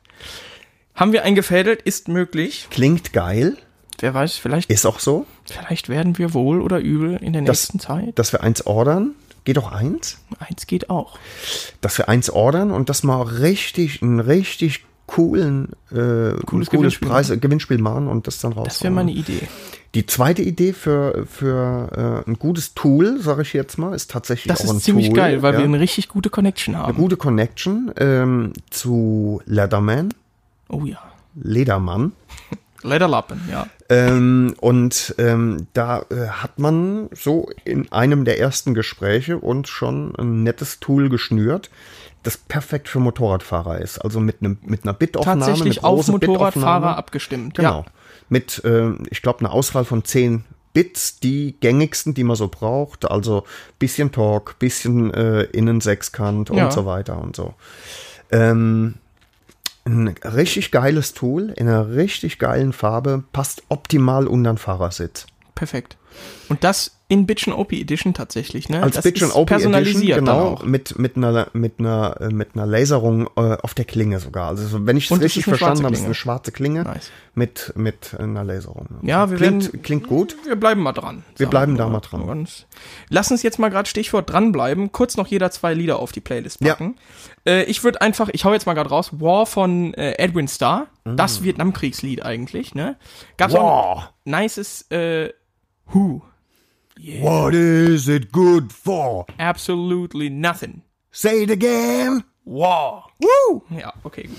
B: Haben wir eingefädelt? Ist möglich.
C: Klingt geil,
B: Wer weiß, vielleicht,
C: ist auch so,
B: vielleicht werden wir wohl oder übel in der
C: Das-
B: nächsten Zeit.
C: dass wir eins ordern. Geht auch eins.
B: Eins geht auch.
C: dass wir eins ordern und dass wir auch richtig, einen richtig coolen, äh, cooles, cooles
B: Gewinnspiel.
C: Preis, Gewinnspiel machen und das dann raus.
B: Das wäre mal ne- eine Idee.
C: Die zweite Idee für, für äh, ein gutes Tool, sage ich jetzt mal, ist tatsächlich
B: Das
C: auch ein
B: ist ziemlich
C: Tool,
B: geil, weil
C: ja.
B: wir eine richtig gute Connection haben.
C: gute Connection ähm, zu Leatherman,
B: Oh ja.
C: Ledermann.
B: Lederlappen, ja.
C: Ähm, und ähm, da äh, hat man so in einem der ersten Gespräche uns schon ein nettes Tool geschnürt, das perfekt für Motorradfahrer ist. Also mit, einem mit einer Bitaufnahme.
B: Tatsächlich
C: mit
B: auf
C: großer
B: Motorradfahrer
C: Bitaufnahme.
B: abgestimmt.
C: Genau.
B: Ja.
C: Mit, ähm, ich glaube, einer Auswahl von zehn Bits, die gängigsten, die man so braucht. Also bisschen Torque, bisschen äh, Innensechskant
B: Ja.
C: und so weiter und so. Ähm, ein richtig geiles Tool in einer richtig geilen Farbe, passt optimal unter den Fahrersitz.
B: Perfekt. Und das in Bitchin OP Edition tatsächlich, ne?
C: Als
B: das ist
C: Bitch und OP Edition,
B: personalisiert dann
C: genau,
B: auch.
C: mit, mit, einer, mit, einer, äh, mit einer Laserung äh, auf der Klinge sogar. Also, so, wenn ich
B: Und es
C: es richtig
B: ist eine schwarze
C: verstanden habe, ist
B: Klinge.
C: eine schwarze Klinge
B: Nice.
C: mit, mit einer Laserung.
B: Ja, wir
C: klingt,
B: werden-
C: klingt gut.
B: Wir bleiben mal dran.
C: Wir
B: sagen
C: bleiben da mal dran.
B: Ganz- Lass uns jetzt mal gerade Stichwort dranbleiben. Kurz noch jeder zwei Lieder auf die Playlist packen. Äh, ich würde einfach, ich hau jetzt mal gerade raus, War von äh, Edwin Starr.
C: Mm.
B: Das Vietnamkriegslied eigentlich, ne? Gab's auch
C: Wow.
B: ein nices äh, Who.
C: What is it good for?
B: Absolutely nothing.
C: Say it again.
B: Wow. Woo! Ja, okay, gut.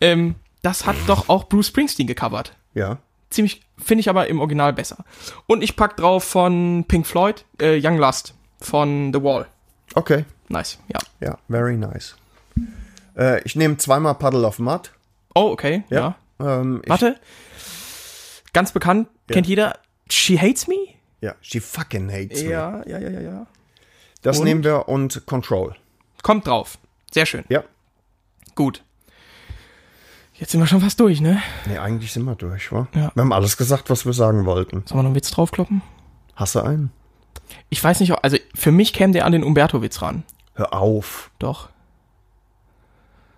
B: Ähm, das hat doch auch Bruce Springsteen gecovert.
C: Ja.
B: ziemlich, finde ich aber im Original besser. Und ich pack drauf von Pink Floyd, äh, Young Lust von The Wall.
C: Okay.
B: Nice, ja.
C: Ja, very nice. Äh, ich nehme zweimal Puddle of Mud.
B: Oh, okay, ja.
C: Ähm, ich,
B: Warte. Ganz bekannt, kennt jeder She Hates Me?
C: ja, she fucking hates me.
B: ja, ja, ja, ja.
C: Das
B: Und?
C: nehmen wir und Control.
B: Kommt drauf. Sehr schön.
C: Ja.
B: Gut. Jetzt sind wir schon fast durch, ne?
C: Nee, eigentlich sind wir durch, wa?
B: Ja.
C: Wir haben alles gesagt, was wir sagen wollten.
B: Sollen wir noch einen Witz draufkloppen?
C: Hasse einen?
B: Ich weiß nicht, also für mich käme der an den Umberto-Witz ran.
C: Hör auf.
B: Doch.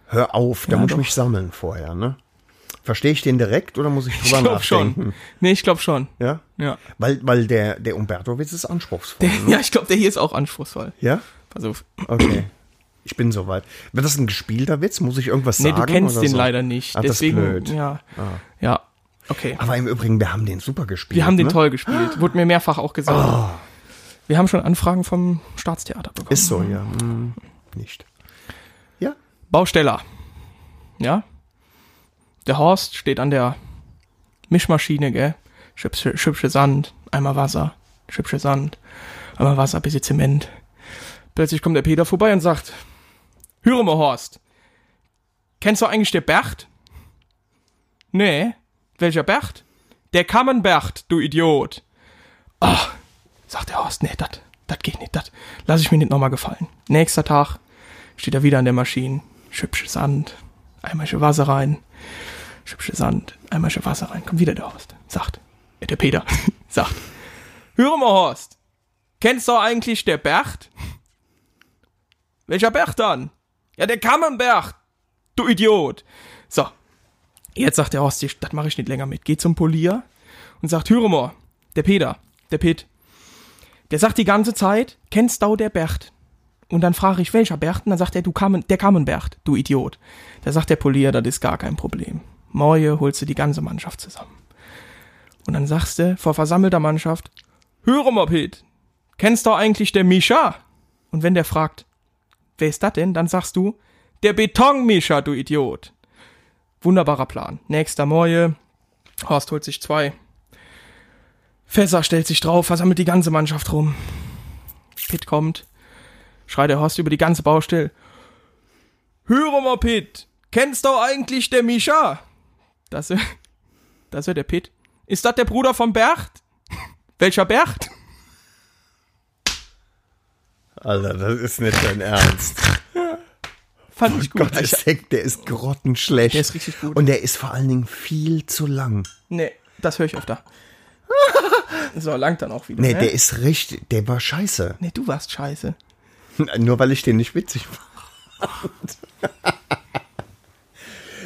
C: Hör auf. Da
B: Ja,
C: muss
B: doch.
C: ich mich sammeln vorher, ne? Verstehe ich den direkt oder muss ich drüber
B: Ich glaub
C: nachdenken?
B: schon. Nee, ich glaube schon.
C: Ja.
B: Ja.
C: Weil, weil der, der Umberto-Witz ist anspruchsvoll.
B: Der, ja, ich glaube, der hier ist auch anspruchsvoll. Also,
C: ja?
B: Pass auf.
C: Okay. Ich bin soweit. Wird das ein gespielter Witz? Muss ich irgendwas
B: Nee,
C: sagen?
B: du kennst
C: oder
B: den
C: so?
B: leider nicht.
C: Ah,
B: Deswegen,
C: das ist blöd. Ah.
B: ja. Ja, okay.
C: Aber im Übrigen, wir haben den super gespielt.
B: Wir haben den
C: ne? Ah.
B: toll gespielt. Wurde mir mehrfach auch gesagt. Wir haben schon Anfragen vom Staatstheater bekommen.
C: Ist so, ja. Hm, nicht. Ja,
B: Bausteller. Ja? Der Horst steht an der Mischmaschine, gell? Schübsche, schübsche Sand, einmal Wasser, schübsche Sand, einmal Wasser, bisschen Zement. Plötzlich kommt der Peter vorbei und sagt, höre mal, Horst, kennst du eigentlich der Bert? Nee, welcher Bert? Der Kammenbert, du Idiot. Ach, sagt der Horst, nee, dat, dat geht nicht, dat lass ich mir nicht nochmal gefallen. Nächster Tag, steht er wieder an der Maschine. Schübsche Sand, einmal schön Wasser rein. Schübsche Sand, einmal schön Wasser rein. Kommt wieder der Horst. Sagt, äh, der Peter, sagt, höre mal Horst, kennst du eigentlich der Bert? Welcher Bert dann? Ja, der Kammenbert, du Idiot. So, jetzt sagt der Horst, das mache ich nicht länger mit. Geht zum Polier und sagt, höre mal, der Peter, der Pit, der sagt die ganze Zeit, kennst du der Bert? Und dann frage ich, welcher Bert? Und dann sagt er, du Kamen, der Kamenbert, du Idiot. Da sagt der Polier, das ist gar kein Problem. Morgen holst du die ganze Mannschaft zusammen. Und dann sagst du vor versammelter Mannschaft, höre mal, Pit, kennst du eigentlich der Mischa? Und wenn der fragt, wer ist das denn? Dann sagst du, der Beton-Mischa, du Idiot. Wunderbarer Plan. Nächster Morgen, Horst holt sich zwei. Fässer stellt sich drauf, versammelt die ganze Mannschaft rum. Pitt kommt, schreit der Horst über die ganze Baustelle. Höre mal, Pitt, kennst du eigentlich der Mischa? Das, das wird der Pitt. Ist das der Bruder von Bert? Welcher Bert?
C: Alter, das ist nicht dein Ernst.
B: Fand ich gut.
C: Oh Gott,
B: ich,
C: der Sekt, der ist grottenschlecht.
B: Der ist richtig gut.
C: Und der ist vor allen Dingen viel zu lang.
B: nee, das höre ich öfter. so, langt dann auch wieder.
C: Nee,
B: ne?
C: der ist richtig, der war scheiße.
B: nee, du warst scheiße.
C: Nur weil ich den nicht witzig fand.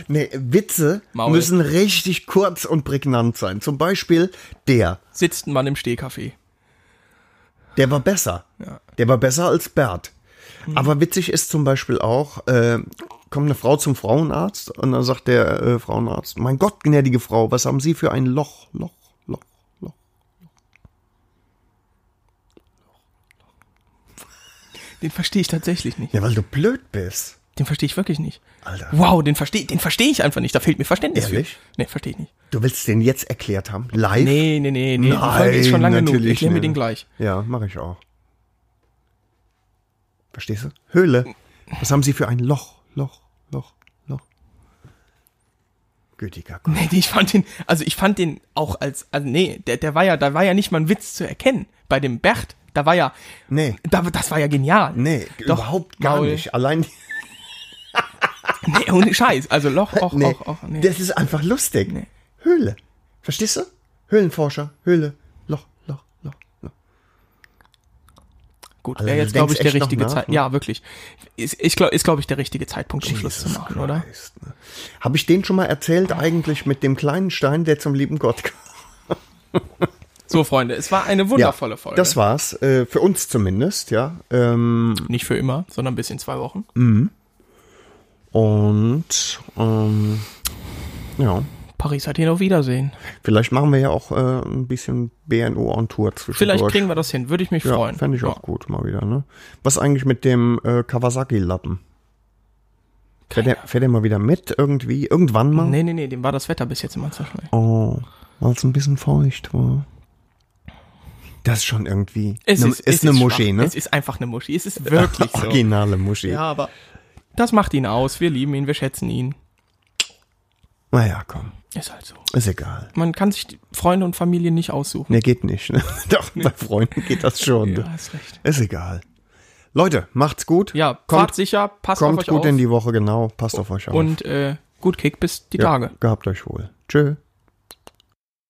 C: nee, Witze
B: Maul.
C: müssen richtig kurz und prägnant sein. Zum Beispiel der.
B: Sitzt ein Mann im Stehkaffee.
C: Der war besser.
B: Ja. Mhm.
C: Der war besser als Bert. Aber witzig ist zum Beispiel auch, äh, kommt eine Frau zum Frauenarzt und dann sagt der äh, Frauenarzt, mein Gott, gnädige Frau, was haben Sie für ein Loch, Loch, Loch, Loch.
B: Den verstehe ich tatsächlich nicht.
C: Ja, weil du blöd bist.
B: Den verstehe ich wirklich nicht.
C: Alter.
B: Wow, den verstehe den versteh ich einfach nicht. Da fehlt mir Verständnis.
C: Ehrlich?
B: Für. Nee, verstehe ich nicht.
C: Du willst den jetzt erklärt haben? Live?
B: Nee, nee, nee, nee. die Folge ist schon lange genug. Ich erkläre mir
C: nicht.
B: den gleich.
C: Ja, mache ich auch. Verstehst du? Höhle. Was haben Sie für ein Loch, Loch, Loch, Loch? Gütiger Gott.
B: Nee, ich fand den, also ich fand den auch als, also nee, der, der war ja, da war ja nicht mal ein Witz zu erkennen. Bei dem Bert, da war ja,
C: Nee.
B: da, das war ja genial.
C: Nee,
B: Doch,
C: überhaupt gar
B: Maul.
C: nicht. Allein
B: Nee, ohne Scheiß. Also Loch, auch,
C: nee,
B: auch, auch, nee.
C: das ist einfach lustig.
B: Nee.
C: Höhle. Verstehst du? Höhlenforscher, Höhle, Loch, Loch, Loch, Loch.
B: Gut,
C: Also
B: wäre
C: du
B: jetzt, glaube ich,
C: denkst
B: der
C: echt noch
B: richtige
C: nach,
B: Zeit.
C: ne?
B: Ja, wirklich. Ist, ist glaube ist, glaub ich, der richtige Zeitpunkt, um Schluss zu machen, oder?
C: oder? Habe ich den schon mal erzählt eigentlich mit dem kleinen Stein, der zum lieben Gott kam?
B: So, Freunde, es war eine wundervolle Folge.
C: Das war's. Äh, für uns zumindest, ja. Ähm,
B: nicht für immer, sondern bis in zwei Wochen.
C: und ähm, ja.
B: Paris hat ihn auf Wiedersehen.
C: Vielleicht machen wir ja auch äh, ein bisschen BNO on Tour zwischendurch.
B: Vielleicht kriegen wir das hin, würde ich mich
C: ja,
B: freuen.
C: Fände ich auch gut mal wieder, ne? Was eigentlich mit dem äh, Kawasaki-Lappen? Fährt der, fährt der mal wieder mit irgendwie? Irgendwann mal?
B: Nee, nee, nee, dem war das Wetter bis jetzt immer zu schnell.
C: Oh, weil es ein bisschen feucht war. Das ist schon irgendwie. ne, ist eine Muschi,
B: schwach.
C: ne?
B: Es ist einfach eine Muschi, es ist wirklich so.
C: Originale Muschi.
B: Ja, aber das macht ihn aus. Wir lieben ihn, wir schätzen ihn.
C: Naja, komm.
B: Ist halt so.
C: Ist egal.
B: Man kann sich die Freunde und Familie nicht aussuchen.
C: Ne, geht nicht, ne? Doch, bei Freunden geht das schon.
B: Ja, hast recht.
C: Ist egal. Leute, macht's gut.
B: Ja, fahrt
C: kommt,
B: sicher, passt auf
C: kommt
B: euch
C: gut
B: auf
C: in die Woche, genau. Passt auf euch auf.
B: und äh, gut Kick bis die
C: ja,
B: Tage.
C: Gehabt euch wohl. Tschö.